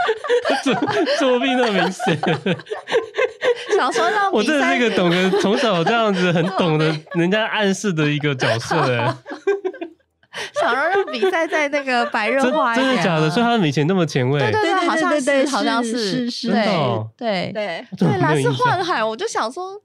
作作弊那么明显，想说 让我比真的赛是一个 懂得从小这样子很懂得人家暗示的一个角色哎、想要让比赛在那个白热真化一点真啊，的假的？所以他以前那么前卫，对对对对对，好像对对是好像是是是真的哦对 对对。对对啦，没是有印象幻海，我就想说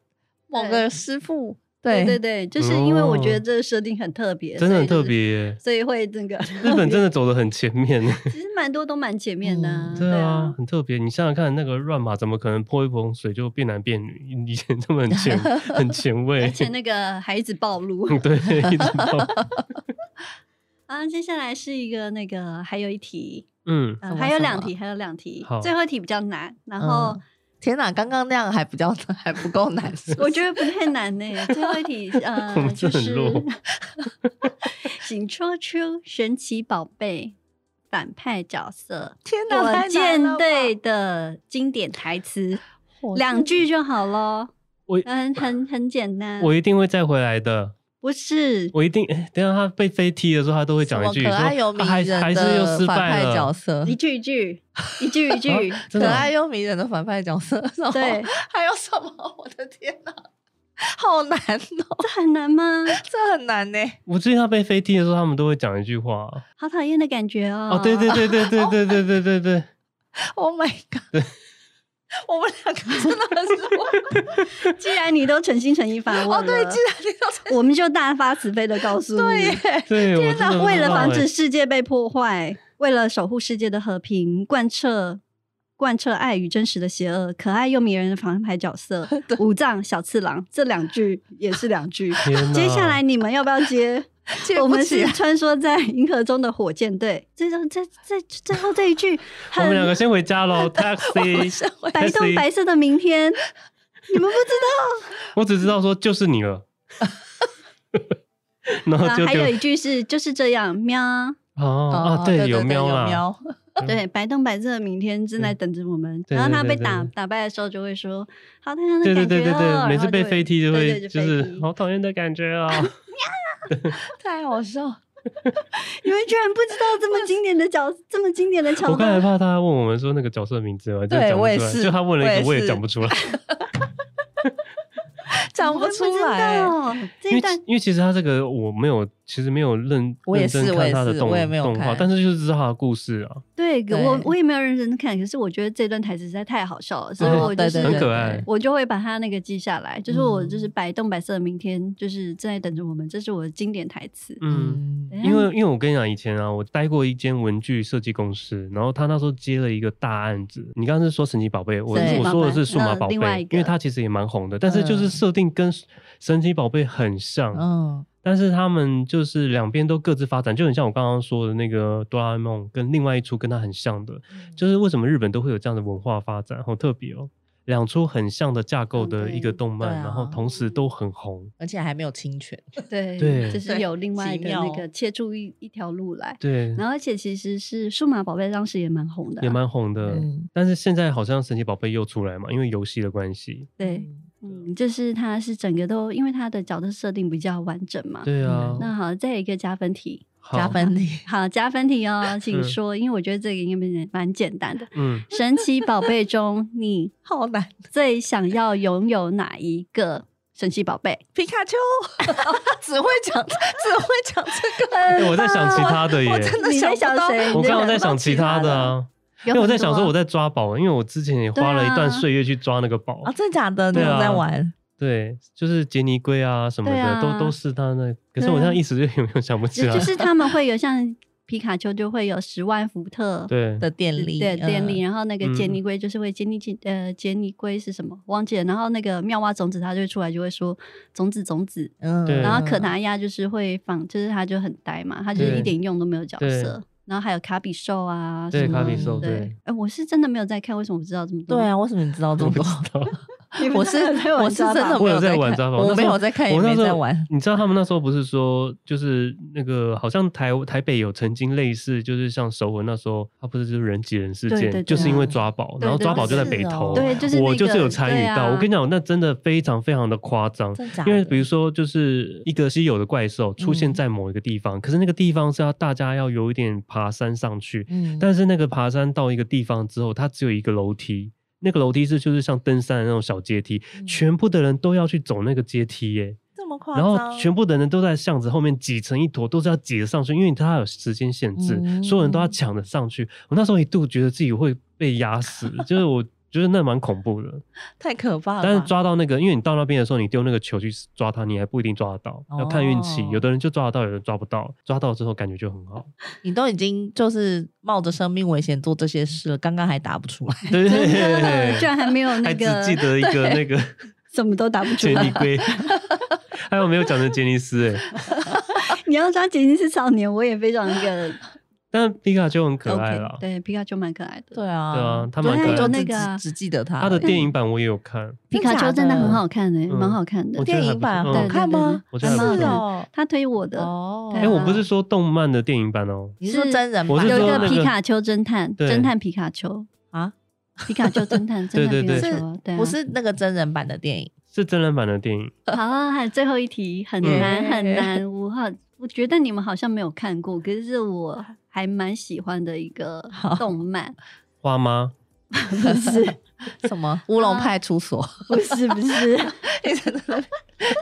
某个师傅，对对对对，就是因为我觉得哦这个设定很特别，真的很所以就特是，别、所以会那个日本真的走的很前面，其实蛮多都蛮前面的啊，嗯对啊啊，，很特别。你想想看，那个乱马怎么可能泼一盆水就变男变女？以 前这么很前很 前卫，而且那个孩子暴露 对，一直到 啊，接下来是一个那个还有一题，嗯，呃什么还有什两么题，还有两题好，最后一题比较难，然后嗯天哪，刚刚那样还比较还不够难， 是不我是觉得不太难呢、最后一题，我呃，们就真的很是弱 请说出神奇宝贝反派角 色天哪，火太难了箭吧队的经典台 词，火箭两句就好咯。我嗯，很很简单，我一定会再回来的。不是我一定，诶等一下他被飞踢的时候，他都会什讲么一句可爱说又啊还迷是还人是又的失反败派角了。啊色一。句一句，一句一 句，真可的吗爱又迷人的反派角色，什么对，还有什么？我的天哪，好难哦，这很难吗？这很难呢。我记得他被飞踢的时候，他们都会讲一句话。哦好讨厌的感觉哦。哦，对对，对对对对对对对对， Oh my god！我们两个真的很失望。既然你都诚心诚意发问了，哦，对，既然你都在，我们就大发慈悲的告诉你，对耶，对，我 天哪真的不为了知道哎防诶止世界被破坏，为了守护世界的和平，贯彻贯彻爱与真实的邪恶，可爱又迷人的反派角 色五藏小次郎，这两句也是两句。 天哪接下来你们要不要 接？接我不们啊起是来穿梭在银河中的火箭队。最后这这最后这一句我很们两个先回家 喽我，taxi 先回。白动白色的明天， 你们不知我只知道说就是你 了， 然后道。就啊还有给一句是就是这样喵。我哦啊，对，有喵有啦，喵，对，白洞白色的明天正在等着我们。嗯对然后对他对被对打对打败的时候，就会说：“好讨厌的对感对觉哦。”对对对，每然后次被会飞踢就对会对就飞是哦踢 好讨厌的感觉啊，太好笑。你们居然不知道这么经典的角，这么经典的桥我刚才段，怕他问我们说那个角色名字嘛，就对讲不我也出来。是就他问了一个，我我也也是讲不出 来。讲不出来、我还不知道这因一为段其因为其实他这个我没有，其实没有认我也认是真我看也他的是动我也没有动画，看但是就是知道他的故事啊，对我对我也没有认真看，可是我觉得这段台词实在太好笑了，所以哦我就对是对对，很可对爱我就会把它那个记下来，就是我就是嗯白动白色的明天，就是正在等着我们，这是我的经典台词。嗯。嗯，对因为因为我跟你讲，以前啊，我待过一间文具设计公司，然后他那时候接了一个大案子。你刚刚是说神奇宝贝，我对我说的是数码宝贝，那另外一个因为它其实也蛮红的，但是就是嗯设定跟神奇宝贝很像，嗯，但是他们就是两边都各自发展，就很像我刚刚说的那个哆啦 A 梦跟另外一出跟它很像的，就是为什么日本都会有这样的文化发展，好特别哦。两出很像的架构的一个动漫，嗯对然后同时都很红，而且还没有侵权， 对，对就是对有另外的奇妙那个切出一一条路来。对，然后，而且其实是数码宝贝当时也蛮红的啊、也蛮红的。嗯但是现在好像神奇宝贝又出来嘛，因为游戏的关系。对，嗯，就是它是整个都因为它的角色设定比较完整嘛。对啊，嗯那好，再一个加分题，好加，分题，好，加分题哦，请嗯说，因为我觉得这个应该蛮蛮简单的。嗯，神奇宝贝中，你好难，最想要拥有哪一个神奇宝贝？皮卡 丘只会讲，只会讲这个，哎我在想其他的耶，我真的你在想想不到谁？我你刚刚在不到想其他的啊，因为我在想说我在在抓宝，因为我之前也花了一段对啊岁月去抓那个宝啊，，真的假的？你对有啊在玩？对，就是杰尼龟啊什么对的，啊都都是他那。可对是啊我现在一时就有没有想不起就来。就是他们会有像皮卡丘就会有十万伏特对的电对力，电力，嗯，然后那个杰尼龟就是会杰尼杰呃杰尼龟是什么忘记了，然后那个妙蛙种子它就会出来就会说种子种子，嗯对然后可达鸭就是会仿，就是它就很呆嘛，它就是对一点用都没有角对色。然后还有卡比兽啊，对什么卡比兽的对对。哎，我是真的没有在看，为什么我知道这么多？对啊，为什么你知道这么多？ 你们我是真的在玩我是抓真的宝我没有在在玩看抓宝，我那时没候有在看，也我那没时候在玩。你知道他们那时候不是说，就是那个好像台台北有曾经类似，就是像首文那时候，他不是就是人挤人事对件，对对就是因为啊抓宝，对然后对抓对宝就在是北投，哦对，就是我那就是有个参对与到。我跟你啊讲，那真的非常非常的夸张。真假的？因为比如说，就是一个稀有的怪兽出现嗯在某一个地方，可是那个地方是要大家要有一点爬山上去，嗯，但是那个爬山到一个地方之后，它只有一个楼梯，那个楼梯是就是像登山的那种小阶梯，嗯全部的人都要去走那个阶梯耶，这么夸然张，后全部的人都在巷子后面挤成一坨，都是要挤着上去，因为它有时间限制，嗯所有人都要抢着上去。我那时候一度觉得自己会被压死，就是我。觉得那蛮恐 怖的，太可怕了吧。但是抓到那个，因为你到那边的时候，你丢那个球去抓它，你还不一定抓得到，要看运气哦。有的人就抓得到，有人抓不到。抓到之后感觉就很 好，你都已经就是冒着生命危险做这些事了，刚刚还答不出来，对对真的 对，居然还没有那还只个记得一个 那个什么都答不出杰尼来。龟，还有没有讲成杰尼斯、欸？你要抓杰尼斯少年，我也非常一个但皮卡丘很可爱 OK，啦，对，皮卡丘蛮可爱的。对啊，对啊，他昨蛮天可有爱的。那个啊只只记得他他的而已电影版我也有看，皮真卡丘假真的很的好看诶，嗯蛮好看的我。觉得电还影不版错好嗯看吗？对对对对我觉得还不错是哦，他推我的，哦，对啊哎、我不是说动漫的电影版哦、你是说是真人版我是的有一说个那皮个卡丘侦探，对侦探皮卡丘啊，皮卡丘侦 探，对侦探对皮对卡丘啊，对啊，不是那个真人版的电影，是真人版的电影。好啊，还有最后一题很嗯难很难，我好，我觉得你们好像没有看过，可是我还蛮喜欢的一个好动漫，花妈， 不是什么乌龙派出所，不是不是 一直在那边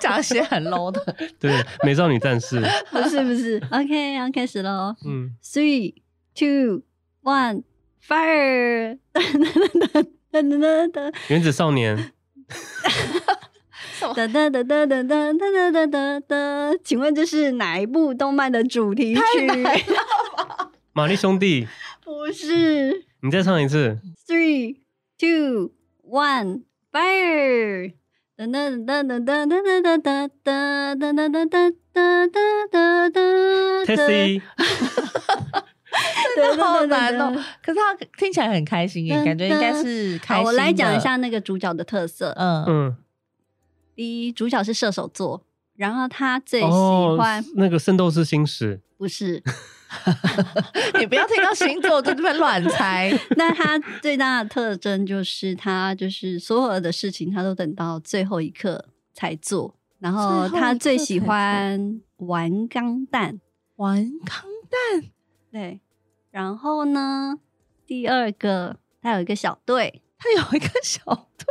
讲一些很 low 的，对，美少女战士，不是不是，OK，要开始喽嗯， ，three two one fire，噔噔噔噔噔。原子少年，什么 哒哒哒哒哒哒哒哒哒哒，请问这是哪一部动漫的主题曲？玛丽兄弟，不是你再唱一次， ，three two one fire。哒哒哒哒哒哒哒哒哒哒哒哒哒哒哒哒哒哒。 Tessie，真好难哦。可是他听起来很开心耶，感觉应该是开好，心。我来讲一，下那个主角的特色。嗯，嗯，第一，主角是射手座，然后他最喜哦欢，那个《圣斗士星矢》不是，你不要听到星座就这边乱 猜，那他最大的特征就是他就是所有的事情他都等到最后一刻才做，然后最后一刻他最喜才欢玩钢弹，顽康蛋，对，然后呢，第二个它有一个小队，他有一个小队。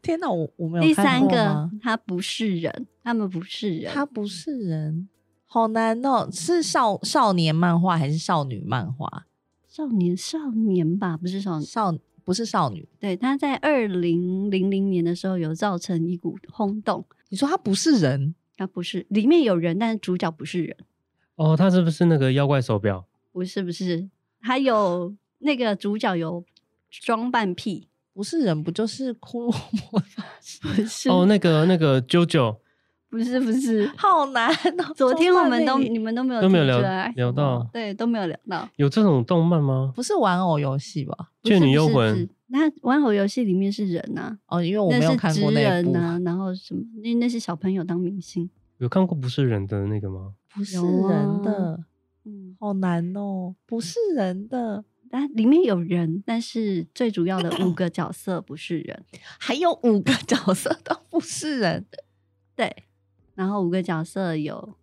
天哪，我我没有第看三过个吗它不是人，他们不是人，他不是人，好难哦！是少少年漫画还是少女漫画？少年少年吧，不是少年，少不是少女。对，他在二零零零年的时候有造成一股轰动，你说他不是人？它不是里面有人，但是主角不是人，哦，他是不是那个妖怪手表？不是不是，还有那个主角有装扮癖，不是人，不就是骷髅魔法 师？不是哦哦，那个那个啾啾不是不 是，好难 哦！昨天我们都中断力你们都没有都没有提聊出来聊到，对，都没有聊到。有这种动漫吗？不是玩偶游戏吧？不是倩女幽，不是魂不是那玩偶游戏里面是人呐、哦，因为我那没有是看职过那一部人。啊呐、然后什么，那那是小朋友当明星。有看过不是人的那个吗？ 不是有人啊的，嗯，好难哦！不是人的，它里面有人，但是最主要的五个角色不是人。还有五个角色都不是人。对，然后五个角色有，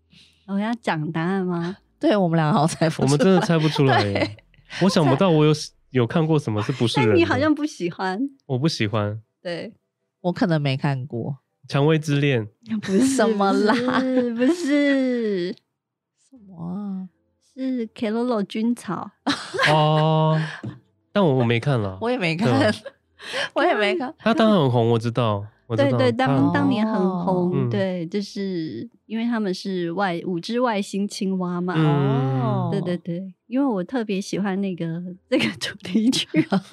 我要讲答案吗？对我们两个好猜不我们出真的来猜不出来耶。我想不到我有有看过什么是不是人但的？你好像不喜欢。我不喜欢对，我可能没看过。 《蔷薇之恋》 不是什么啦不是不是什么啊？是 Keroro 军草，哦，但我我没看了。我也没对看啊， 我也没看。他当然很红，我知道，我知对道。对，他当很 当红年很哦红，嗯对，就是因为他们是外五只外星青蛙嘛，哦嗯，啊对对对，因为我特别喜欢那个这个主题曲，啊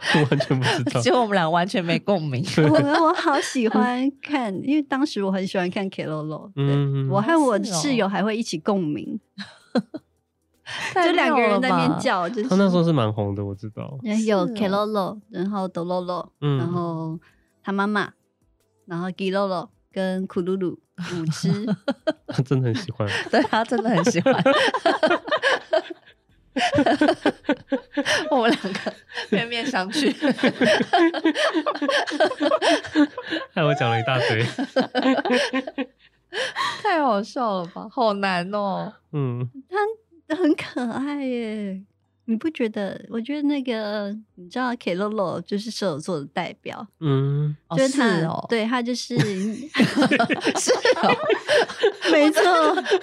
完全 不知道结。果我们俩完全没共鸣。我我好喜欢看，因为当时我很喜欢看 Keroro，对、嗯我和我是哦室友还会一起共鸣，太就两个妙人了在那吧边。叫，就是他那时候是蛮红的，我知道。人有是哦 Keroro，然后 Dororo，、嗯然后他妈妈，然后 Giroro 跟 Kururu 五只，他真的很喜欢。对他真的很喜欢。我们两个面面相觑，害我讲了一大堆。太好笑了吧？好难哦！嗯，很可爱耶。你不觉得？我觉得那个你知道 Keroro 就是射手座的代表，嗯，哦就是是他，哦，，对他就是是哦，没错，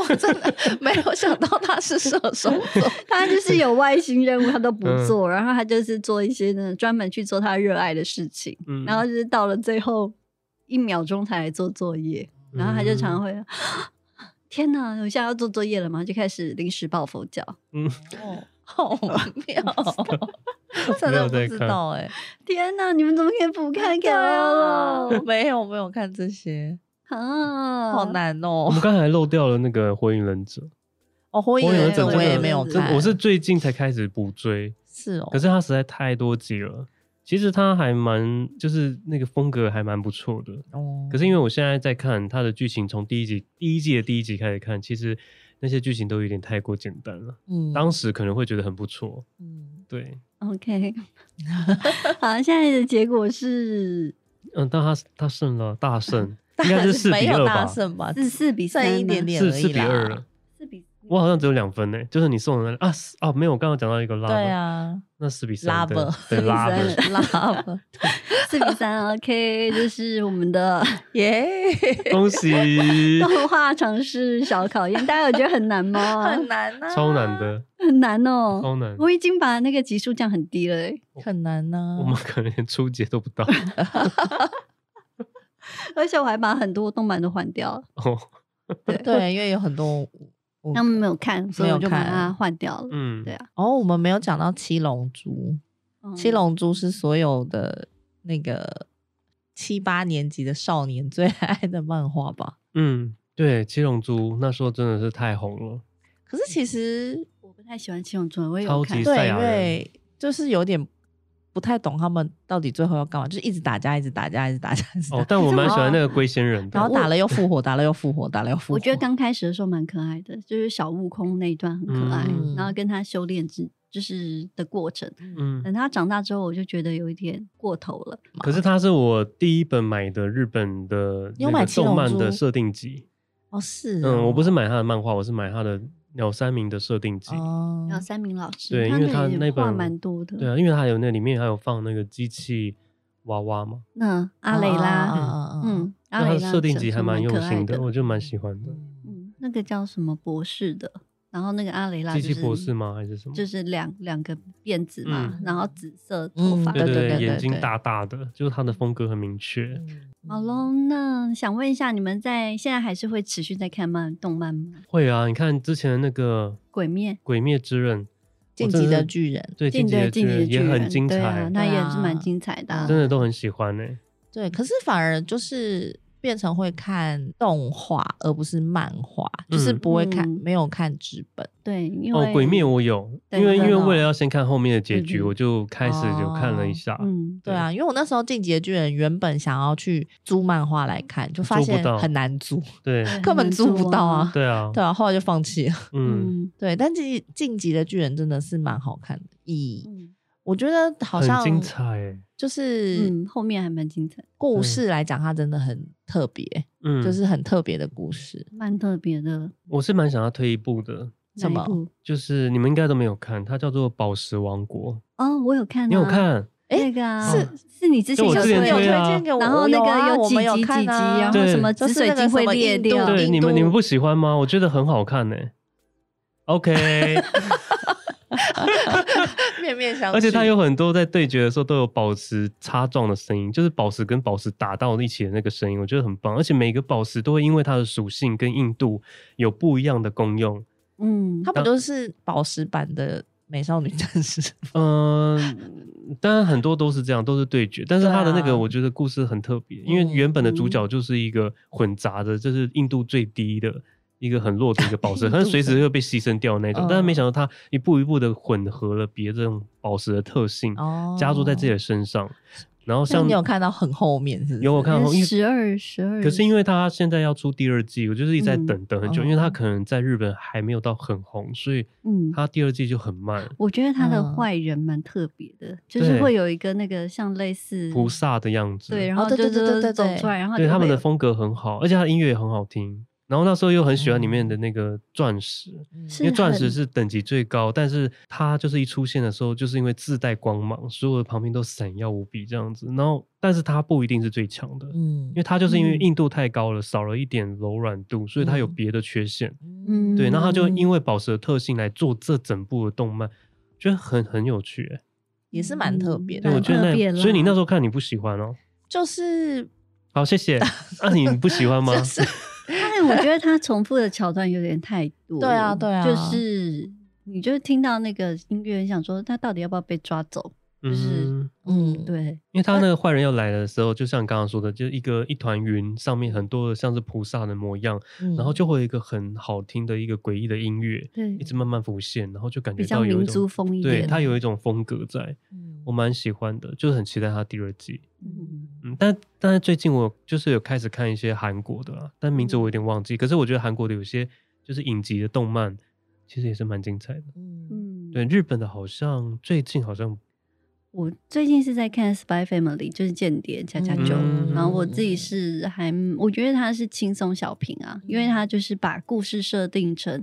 我真的没有想到他是射手座。他就是有外星任务，他都不嗯做，然后他就是做一些呢专门去做他热爱的事情，嗯然后就是到了最后一秒钟才来做作业，然后他嗯就常常会。 天哪！我现在要做作业了吗？就开始临时抱佛脚。嗯，哦，好妙 哦，真的不知道哎、天哪！你们怎么可以不看 K 对了啊？ 没有没有看这些，啊，好。难我哦。们刚才漏掉了那个《火影忍者》，哦，火火影影忍忍者者真的我也没有真这的看，我是最近才开始补追，是哦可，是它实在太多集了。其实它还蛮，就是那个风格还蛮不错的。哦可是因为我现在在看它的剧情，从第一集第一季的第一集开始看，其实那些剧情都有点太过简单了。嗯当时可能会觉得很不错，嗯对， OK，好，现在的结果是嗯，但他他胜了，大 胜，应该是四没比二有吧，大胜吧，四四比剩三一吗点点而四四已比二啦了。。四比我好像只有两分呢，就是你送的那啊是啊，没有，我刚刚讲到一个拉，对，啊，那四比三，拉对吧对拉四比的三，拉吧，四比三，OK，这是我们的 耶，恭喜， 动画尝试小考验。大家有觉得很难吗？很难啊，超难，的，很难哦、超难，我已经把那个级数降很低了、欸，很难啊呢我。们可能连初阶都不 到而且我还把很多动漫都换掉了，嗯哦，对，因为有很多，我他们没有看，所以我就把没有它看换掉了。嗯，对啊，哦，我们没有讲到七龙珠，嗯七龙珠是所有的那个七八年级的少年最爱的漫画吧？嗯，对，七龙珠那时候真的是太红了，可是其实我不太喜欢七龙珠，我也有超看级。赛对，因亚人为就是有点不太懂他们到底最后要干嘛，就是一直打架，一直打架，一直打架，一直打哦，架，但我可是蛮喜欢我那个龟仙人的然，后打了又复活，打了又复活，打了又复活。我觉得刚开始的时候蛮可爱的，就是小悟空那一段很可爱，嗯然后跟他修炼之就是的过程。嗯，等他长大之后，我就觉得有一点过头了。可是它是我第一本买的日本的你有那个买七动龙漫珠的设定集，哦，是哦嗯，我不是买他的漫画，我是买他的鸟山明的设定集。哦还，嗯有三明老师，对，因为他他也那话本蛮多的。对啊，因为他有那里面还有放那个机器娃娃嘛，那哦阿蕾拉，嗯嗯，阿那他蕾的拉设定整集出还蛮用可爱心的，我就蛮喜欢的。嗯，那个叫什么博士的，然后那个阿蕾拉机就器是博士吗？还是什么？就是两两个辫子嘛，嗯然后紫色头嗯发。对对对对眼睛对嗯大大的，就是他的风格很明确。好喽，那想问一下，你们在现在还是会持续在看漫动漫吗？会啊，你看之前那个《鬼灭鬼灭之刃》，晋我真级的的是巨人，对，进晋级的巨人也很精对啊彩，，那对也是蛮啊精彩的啊、那真的都很喜欢欸呢。对，可是反而就是变成会看动画，而不是漫画，就是嗯不会看，嗯没有看纸本。对，因哦为， 《鬼灭》我有，对因为因为真的哦为了要先看后面的结局，嗯我就开始有看了一下。嗯，对啊，因为我那时候《进击的巨人》原本想要去租漫画来看，就发租不现到很难租，对对根本很租难不到啊。对啊， 对啊，后来就放弃了。嗯，嗯对，但《进晋级的巨人》真的是蛮好看的，以嗯我觉得好很像精彩欸。就是嗯，后面还蛮精彩，故事来讲，它真的很特别，嗯，就是很特别的故事。蛮特别的。我是蛮想要推一部的，什哪一么部？就是你们应该都没有看，它叫做《宝石王国》，哦，我有看、啊，你有看？诶那个、啊、是是你之前就我有之前推有推推啊荐给我，然后我那有啊个我几们有集看几集，啊然后什么就紫是水那个晶什会么裂印度掉，啊对，印你们你们度不喜欢吗？我觉得很好看呢。OK，面面相觑，而且它有很多在对决的时候都有宝石擦撞的声音，就是宝石跟宝石打到一起的那个声音，我觉得很棒。而且每个宝石都会因为它的属性跟硬度有不一样的功 用。嗯，它不就是宝石版的美少女战士？嗯、当然很多都是这样，都是对决。但是它的那对啊嗯个，我觉得故事很特别，因为原本的主角就是一个混杂的，就是硬度最低的。一个很弱的一个宝石， 硬度可能随时会被牺牲掉那种，嗯但是没想到它一步一步的混合了别这种宝石的特性，哦加注在自己的身上。然后像像你有看到很后面是不是？有我看过，因为十二十二，可是因为他现在要出第二季，我就是一直在等、嗯等很久，哦因为他可能在日本还没有到很红，所以嗯他第二季就很慢。我觉得他的嗯坏人蛮特别的，就是对会有一个那个像类似菩萨的样嗯子，对，然哦后对就对对是对走对出来，然后对就他会们的有风格很好，而且他的音乐也很好听。然后那时候又很喜欢里面的那个钻石，嗯哦是因为钻石很是等级最高，但是它就是一出现的时候，就是因为自带光芒，所有的旁边都闪耀无比这样子。然后，但是它不一定是最强的，嗯因为它就是因为嗯硬度太高了，少了一点柔软度，所以它有嗯别的缺陷。嗯对，那他就嗯因为宝石的特性来做这整部的动漫，觉得很很有趣欸。也是蛮特别的。对，我觉特得别那，所以你那啦时候看你不喜欢哦。就是好，谢谢。那你不喜欢吗？就是但哎我觉得他重复的桥段有点太多了。对啊对啊就是你就听到那个音乐，你想说他到底要不要被抓走？就是嗯，嗯，对，因为他那个坏人要来的时候，就像你刚刚说的，就是一个一团云，上面很多的像是菩萨的模样，嗯然后就会有一个很好听的一个诡异的音乐，对一直慢慢浮现，然后就感觉比较到有一民族种，风一对，点。它有一种风格在，嗯我蛮喜欢的，就是很期待它第二季。嗯嗯，但但是最近我就是有开始看一些韩国的啦，但名字我嗯有点忘记。可是我觉得韩国的有些就是影集的动漫，其实也是蛮精彩的。嗯嗯，对，。日本的好像最近好像我最近是在看《Spy Family》，就是间谍加加九，嗯然后我自己是还我觉得它是轻松小品啊，因为它就是把故事设定成，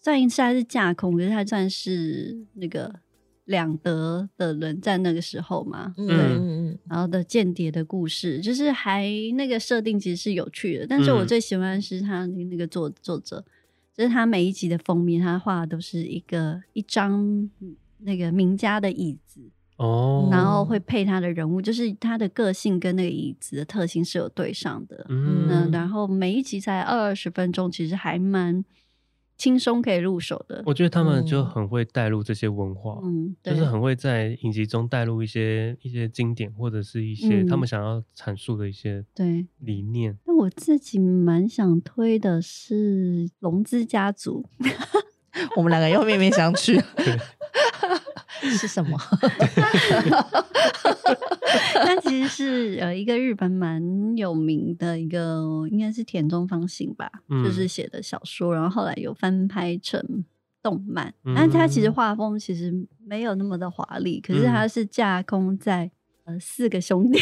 虽然它是架空，可是它算是那个两德的人在那个时候嘛，嗯对，嗯然后的间谍的故事，就是还那个设定其实是有趣的，但是我嗯最喜欢的是他那个作作者，就是他每一集的封面，他画的都是一个一张那个名家的椅子，哦，然后会配他的人物，就是他的个性跟那个椅子的特性是有对上的。嗯嗯，，然后每一集才二十分钟，其实还蛮轻松可以入手的。我觉得他们就很会带入这些文化，嗯，对，就是很会在影集中带入一些一些经典或者是一些嗯他们想要阐述的一些对。理念。那我自己蛮想推的是《龙之家族》，嗯，我们两个又面面相觑。是什么？ 它其实是呃一个日本蛮有名的一个，应该是田中芳行吧，嗯就是写的小说，然后后来有翻拍成动漫。嗯嗯但它其实画风其实没有那么的华丽，可是它是架空在、呃四个兄弟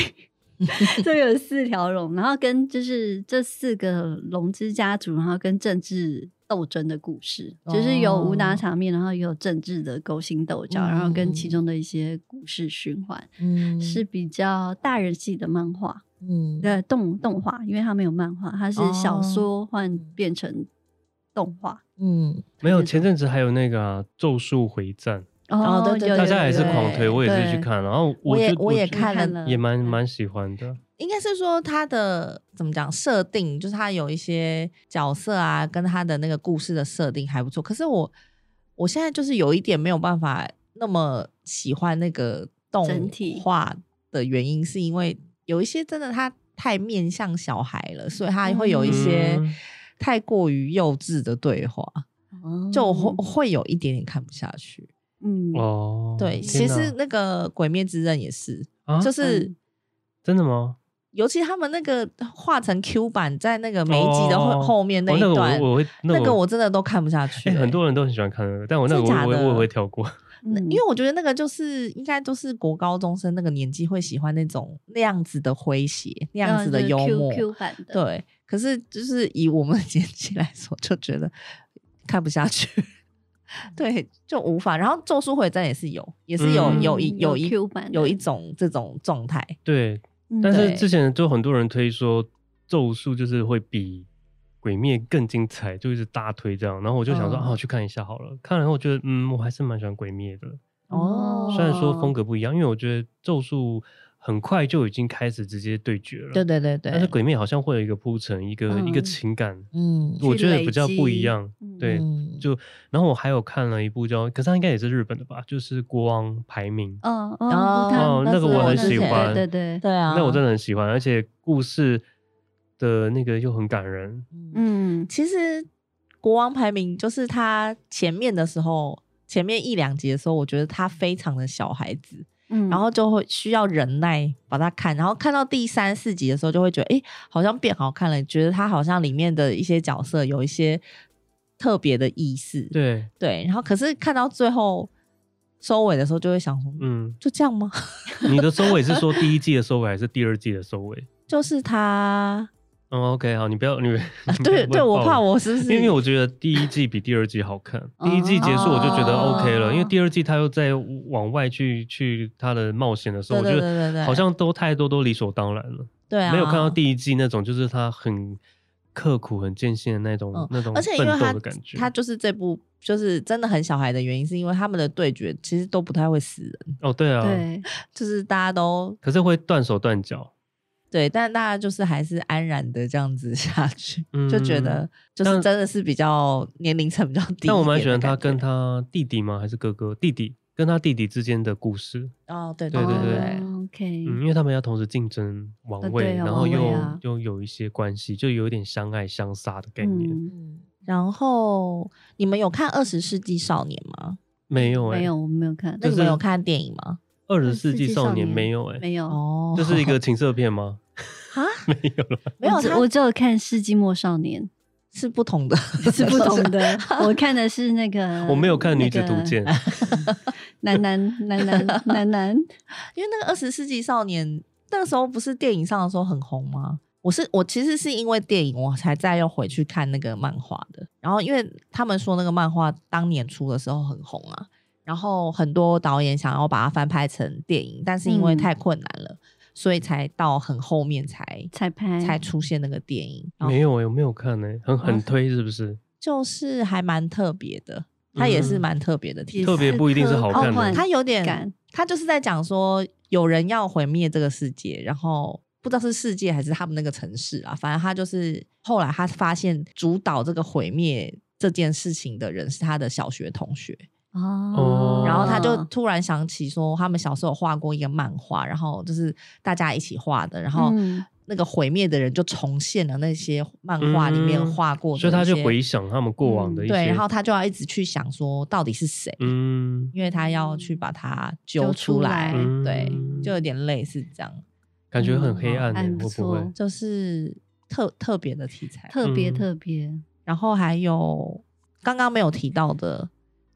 所以有四条龙，然后跟就是这四个龙之家族，然后跟政治斗争的故事，就是有武哦打场面，然后也有政治的勾心斗角，然后嗯跟其中的一些故事循环，嗯是比较大人系的漫画嗯的动动画，因为它没有漫画，它是小哦说换变成动画。嗯，没有，前阵子还有那个、啊《咒术回战》，哦对对有对大家也是有狂推，我也是对去看，然后我就也我也就看看了，了也蛮蛮喜欢的。应该是说它的怎么讲设定，就是它有一些角色啊，跟它的那个故事的设定还不错。可是我我现在就是有一点没有办法那么喜欢那个整动体画的原因，是因为有一些真的它太面向小孩了，所以它会有一些嗯太过于幼稚的对话，哦就我会我会有一点点看不下去。嗯哦，对，天其哪实那个《鬼灭之刃》也是，啊，就是。嗯真的吗？尤其他们那个画成 Q 版，在那个每一集的后哦后面那哦一个段，我我会那个我我真的都看不下去、哎、欸很多人都很喜欢看那个，但我那个真我假我也的我也会跳过。 那嗯因为我觉得那个就是应该都是国高中生那个年纪会喜欢那种那样子的诙谐、那样子的幽默，嗯 q 版的，对。可是就是以我们的 年纪来说，就觉得看不下去，对，就无法。然后《咒术回战》也是有，也是有、嗯有一有一 Q 版的有一种这种状态，对，嗯，但是对之前就很多人推说《咒术》就是会比《鬼灭》更精彩，就一直大推这样。然后我就想说、嗯啊，我去看一下好了。看了后我觉得，嗯，我还是蛮喜欢《鬼灭》的，哦嗯虽然说风格不一样，因为我觉得《咒术》很快就已经开始直接对决了。对对对对，但是《鬼灭》好像会有一个铺陈，一个、一个嗯情感，嗯我去觉得累比较不一积样。嗯对，嗯就然后我还有看了一部叫，可是它应该也是日本的吧，就是《国王排名》哦哦哦他哦那是个我很之喜前欢对对对，对啊，那我真的很喜欢，而且故事的那个又很感人。嗯嗯其实国王排名就是他前面的时候，前面一两集的时候，我觉得他非常的小孩子，嗯，然后就会需要忍耐把他看，然后看到第三四集的时候，就会觉得哎、诶好像变好看了，觉得他好像里面的一些角色有一些特别的意思，对，对然后可是看到最后收尾的时候，就会想说，嗯，就这样吗？ 你的收尾是说第一季的收尾还是第二季的收 尾？就是他，嗯，OK，好，你不要你 啊对对，我你怕。不要爆我是不是因为我觉得第一季比第二季好看，哦第一季结束我就觉得 OK 了，哦因为第二季他又在往外去去他的冒险的时候，对对我觉对对对得好像都太多都理所当然了。对啊，没有看到第一季那种，就是他很刻苦、很艰辛的那种、嗯那种而且因奋为斗他的感觉。他就是这部就是真的很小孩的原因，是因为他们的对决其实都不太会死人，哦，对啊，对，就是大家都可是会断手断脚。对，但大家就是还是安然的这样子 下去，嗯就觉得就是但真的是比较年龄层比较低一点的感觉。但我蛮喜欢他跟他弟弟吗？还是哥哥？弟弟跟他弟弟之间的故事，哦，对对对对对，哦，OK，嗯，因为他们要同时竞争王呃位，对啊王然后位又、啊又有一些关系，就有一点相爱相杀的概念。嗯嗯。然后你们有看《二十世纪少年》吗？没有嗯哎、没有，我没有看，那就你们是有看电影吗？二十20世纪少年》没有哎、没有，哦这是一个情色片吗？啊，没有了，没有，我只它我只有看《世纪末少年是不 同的，》是不同的，我看的是嗯那个，我没有看《女子图 鉴》， 那个男男男男男男，因为那个二十世纪少年那个时候不是电影上的时候很红吗？我是我其实是因为电影我才再又回去看那个漫画的，然后因为他们说那个漫画当年出的时候很红啊，然后很多导演想要把它翻拍成电影，但是因为嗯太困难了，所以才到很后面才彩排才出现那个电影，然后没有哎、我没有看哎、很很啊推是不是？就是还蛮特别的，它也是嗯蛮特别的题材，特别不一定是好看的科幻他有感点，他就是在讲说有人要毁灭这个世界，然后不知道是世界还是他们那个城市啊，反正他就是后来他发现主导这个毁灭这件事情的人是他的小学同学，哦，然后他就突然想起说他们小时候有画过一个漫画，然后就是大家一起画的，然后嗯那个毁灭的人就重现了那些漫画里面嗯画过的一些、所以他就回想他们过往的一些，对，然后他就要一直去想说到底是谁，嗯，因为他要去把它揪揪出出来，来对嗯，就有点类似这样，感觉很黑暗、嗯好欸，暗会不不会错？就是特特别的题材。特别嗯特别，然后还有刚刚没有提到的，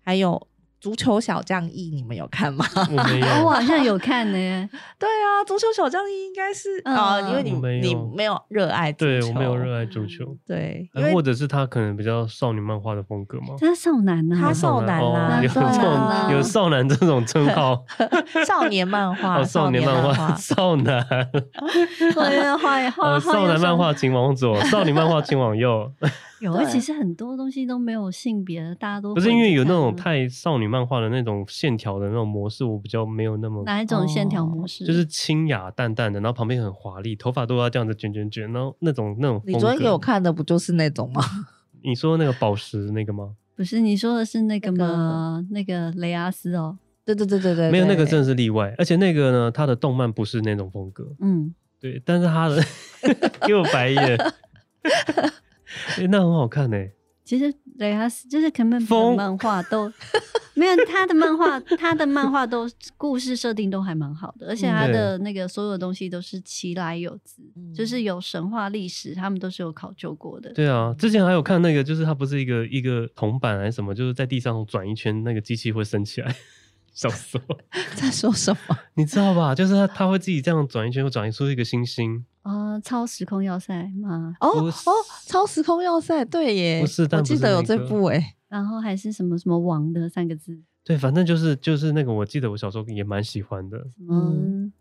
还有足球小将一》，你们有看吗？ 我 没有，我好像有看呢、对啊，足球小将一应该是嗯啊、因为你我没你有没有热爱足球，对我没有热爱足球，对，因呃或为者是他可能比较少女漫画的风格嘛。他少男呢、他有是少男啦哦有这对啊种有少男这种称号，少 年漫画，哦，少啊年年漫，画 少 男，对，画也画呃，少男漫画请往左，少女漫画请往 右。有，而其实很多东西都没有性别的，大家都不是因为有那种混着看太少女漫画的那种线条的那种模式，我比较没有那么。哪一种线条模式，就是清雅淡淡的，然后旁边很华丽，头发都要这样子卷卷卷，然后那种那种风格。你昨天给我看的不就是那种吗？ 你说那个宝石那个吗？不是你说的是那个吗？那个雷阿斯哦，对对对对对，没有，那个真对的是例外。而且那个呢，它的动漫不是那种风格，嗯，对，但是它的 给我白眼， 欸那很好看哎、其实雷阿斯就是肯本的风漫画 都没有他的漫画，他的漫画都故事设定都还蛮好的，而且他的那个所有东西都是其来有自，嗯就是有神话历史，他们都是有考究过的。对啊，之前还有看那个，就是它不是一个一个铜板还是什么，就是在地上转一圈，那个机器会升起来。 小时候 在说什么？你知道吧？就是它它会自己这样转一圈，会转出一个星星。啊，超时空要塞嘛，哦不是哦，超时空要塞，对耶，不是但我不记是得有那这个部哎，然后还是什么什么王的三个字，对，反正就是就是那个，我记得我小时候也蛮喜欢的。什嗯么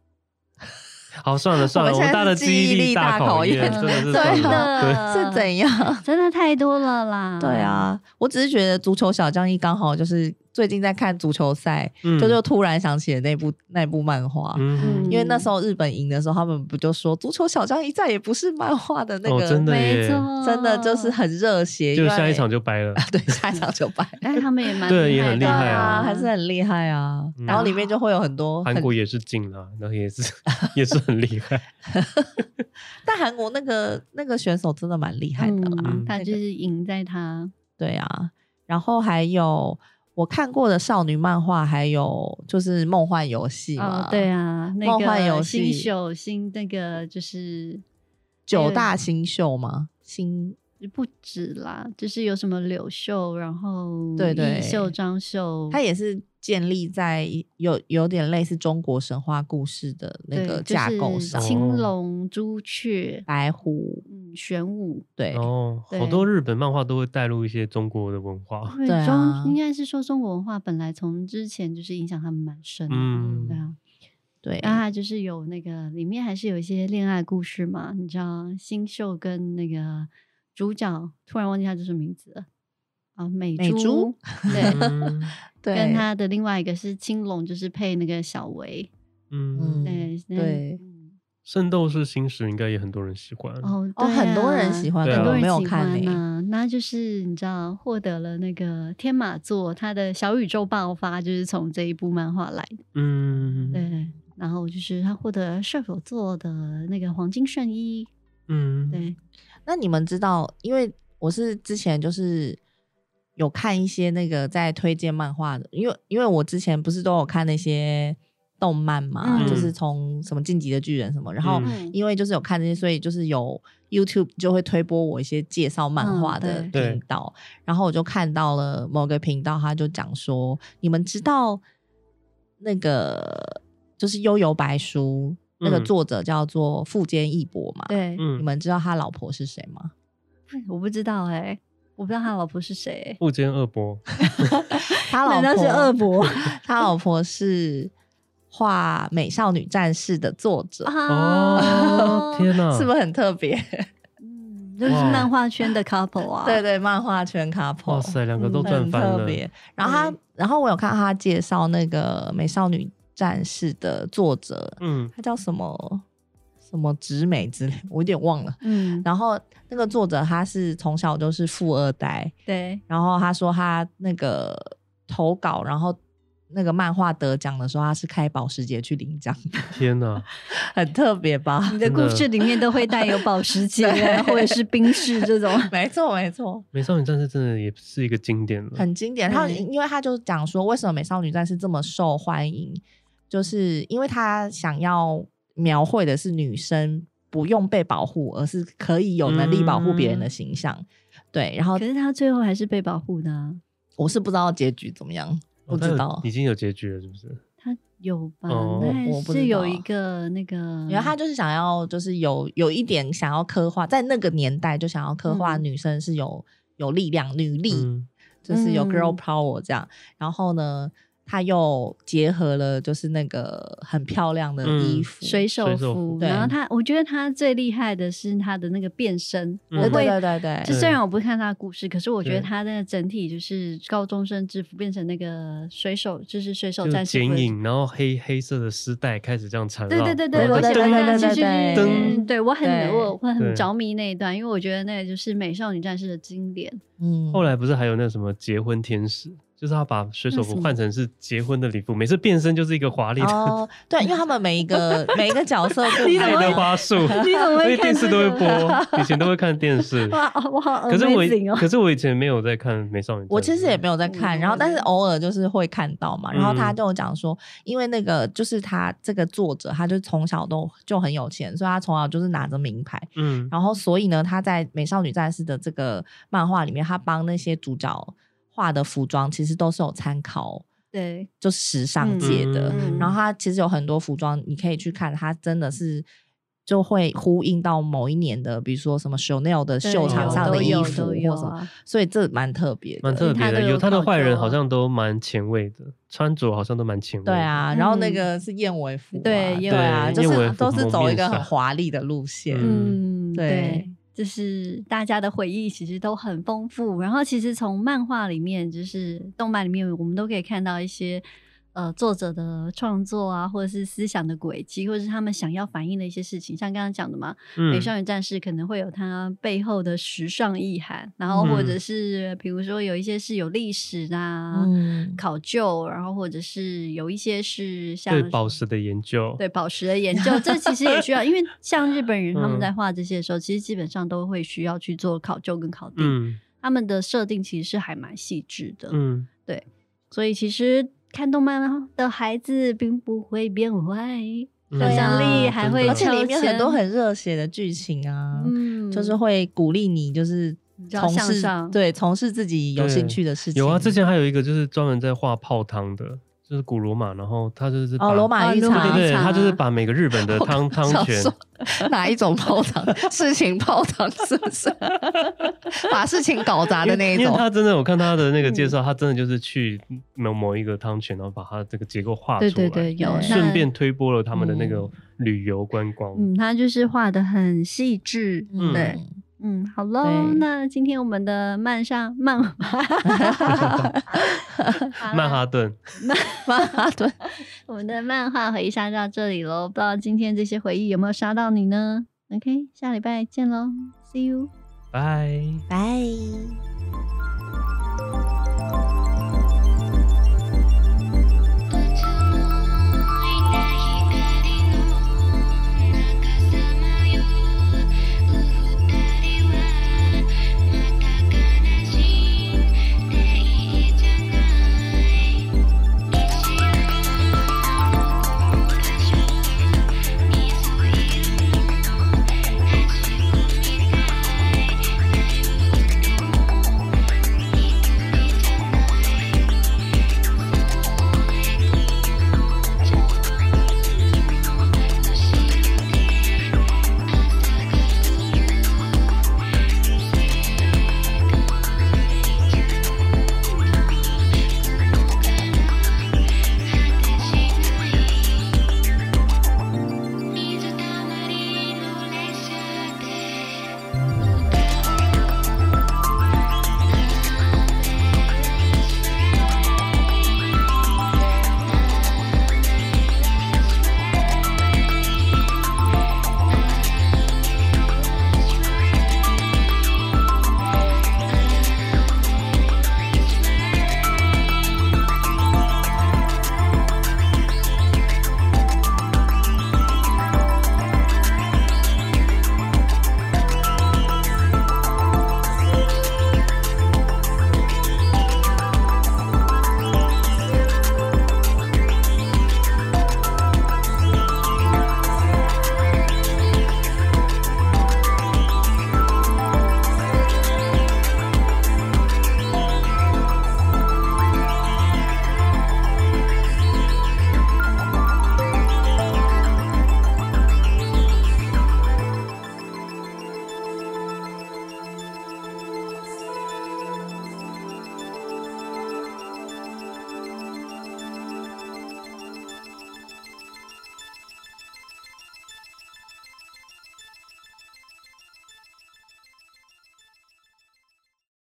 好，算了算了，我我们们现在大家的是记忆记忆力力大大考考验，验真的是对啊算了对。是怎 样？啊真的太多了啦。对，啊，我只是觉得足球小将一刚好就是最近在看足球赛， 嗯就就突然想起了那部那部漫画。嗯嗯因为那时候日本赢的时候，他们不就说足球小将一再也不是漫画的那哦个，真的没耶错，真的啊就是很热血，就因为啊下一 场就掰了。对下一场就败，但哎他们也蛮对也很的 厉害啊还是很厉害啊。嗯然后里面就会有很多韩很国也是进了，然后也是也是很厉害。但韩国那个那个选手真的蛮厉害的啦，嗯他就是赢在他对啊。然后还有我看过的少女漫画，还有就是梦幻游戏嘛，哦，对，啊，那梦个幻游新戏秀新那个就是九大新秀嘛，新不止啦，就是有什么柳秀，然后对对义秀、张秀，它也是建立在有有点类似中国神话故事的那对个就架是构上，青龙、朱雀、白虎嗯，玄武，对。哦，对好多日本漫画都会带入一些中国的文化。因为对中、啊应该是说中国文化本来从之前就是影响他们蛮深的，嗯对啊，对，然后它就是有那个里面还是有一些恋爱故事嘛，你知道新秀跟那个主角突然忘记他叫什么名字了啊，美美珠珠 对，嗯对，跟他的另外一个是青龙，就是配那个小维，嗯，对那对嗯圣斗士星矢应该也很多人喜欢。哦哦，对很多人啊喜欢，对但啊我很没有多人喜看欢诶、呐、那就是你知道获得了那个天马座，他的小宇宙爆发就是从这一部漫画来的。嗯对，然后就是他获得射手座的那个黄金圣衣。嗯，对，那你们知道，因为我是之前就是有看一些那个在推荐漫画的，因为因为我之前不是都有看那些动漫嘛，嗯就是从什么《进击的巨人》什么，然后嗯因为就是有看这些，所以就是有 YouTube 就会推播我一些介绍漫画的嗯对频道，然后我就看到了某个频道，他就讲说，你们知道那个就是《幽游白书》。那个嗯作者叫做富坚义博嘛，对，嗯你们知道他老婆是谁吗？我不知道哎、我不知道他老婆是谁、欸。不兼恶博， 他老婆 伯他老婆是画《美少女战士》的作者，嗯啊哦，天 哪，是不是很 特别？嗯，就是漫画圈的 couple 啊。 对对，漫画圈 couple，哇塞，两个都嗯赚很翻特了。别。然后他，然后我有看到他介绍那个《美少女战士》的作者，嗯，他叫什么什么直美之类，我有点忘了。嗯，然后那个作者他是从小就是富二代， 对，然后他说他那个投稿，然后那个漫画得奖的时候，他是开保时捷去领奖，天哪，很特别吧你？的真故的事里面都会带有保时捷啊 对或者是宾士这 种。没错，没错，美少女战士真的也是一个经典了。很经典。他对因为他就讲说，为什么美少女战士这么受欢迎，就是因为他想要描绘的是女生不用被保护，而是可以有能力保护别人的形象。对，然后可是他最后还是被保护的啊、我是不知道结局怎么样，不知道已哦经有结局了，是不是？他有吧？哦那我不知是有道一个那个，然后嗯他就是想要，就是有有一点想要刻画，在那个年代就想要刻画嗯女生是有、有力量、女力，嗯就是有嗯 girl power 这样。然后呢，他又结合了就是那个很漂亮的衣嗯服，水手水手服服，然后对他，我觉得他最厉害的是他的那个变身，嗯我对会对就对对对，对哎虽然我不是看他的故事，可是我觉得对他的整体就是高中生制服变成那个水手，就是水手就战士服剪的。影，然后黑黑色的丝带开始这样缠绕，对对对对，然后我就喜对欢噔对那样，就对是对对对我很对我会很对着迷那一段，因为我觉得那个就是美少女战士的经 典。嗯，后来不是还有那什么结婚天使，就是他把水手那什服么换成是结婚的礼服，每次变身就是一个华丽的、 哦，对，因为他们每一个每一个角色不一你怎爱么样会的 花束，你怎么所会以看电这视都会个 播，以前都会看电视。哇，我好可是我以 amazing 哦！可是我以前没有在看美少女战士，我其实也没有在看，嗯然后但是偶尔就是会看到嘛。然后他嗯就有讲说，因为那个就是他这个作者，他就从小都就很有钱，所以他从小就是拿着名牌。嗯，然后所以呢，他在《美少女战士》的这个漫画里面，他帮那些主角画的服装其实都是有参考，对，就时尚界的。嗯然后他其实有很多服装，你可以去看，它真的是。就会呼应到某一年的，比如说什么 Chanel 的对秀场有上都的衣有服都或有什么，啊所以这蛮特别的，蛮特别他都的。有有他的考究坏人啊好像都蛮前卫的，穿着好像都蛮前卫的。对啊，然后那嗯个是燕尾服嘛，对燕对啊，尾就燕尾是服都是蒙走一面个很纱华丽的路线，嗯，嗯对对，就是大家的回忆其实都很丰富。然后其实从漫画里面，就是动漫里面，我们都可以看到一些呃作者的创作啊，或者是思想的轨迹，或者是他们想要反映的一些事情。像刚刚讲的嘛，嗯美少女战士》可能会有它背后的时尚意涵，然后或者嗯是比如说有一些是有历史啊。嗯，考究，然后或者是有一些是像对是宝石的研究，对宝石的研究，这其实也需要，因 为像日本人他们嗯在画这些的时候，其实基本上都会需要去做考究跟考定，嗯他们的设定其实是还蛮细致的，嗯，所以其实看动漫哦的孩子并不会变坏，想嗯对啊象力还会而真的且里面很多抽签很热血的剧情啊，嗯，就是会鼓励你，就是就要从向事上对从事自己有兴对趣的事情。有啊，之前还有一个就是专门在画泡汤的，就是古罗马，然后他就是把哦，罗马浴哦场，罗马对浴对对，场他就是啊把每个日本的 汤汤想泉，说哪一种泡汤？事情泡汤是不是？ 把事情搞砸因为的那一因为种。他真的，我看他的那个介绍，他真的就是去某某一个汤泉，然后把它这个结构画出对对来，对有然后那顺便推波了他们的那个嗯旅游观光。嗯， 他就是画的很细致，嗯对，嗯，好喽，对那今天我们的漫上漫 曼哈顿，曼哈顿，我们的漫画回忆杀到这里喽，不知道今天这些回忆有没有杀到你呢？OK，下礼拜见喽，See you。拜。拜。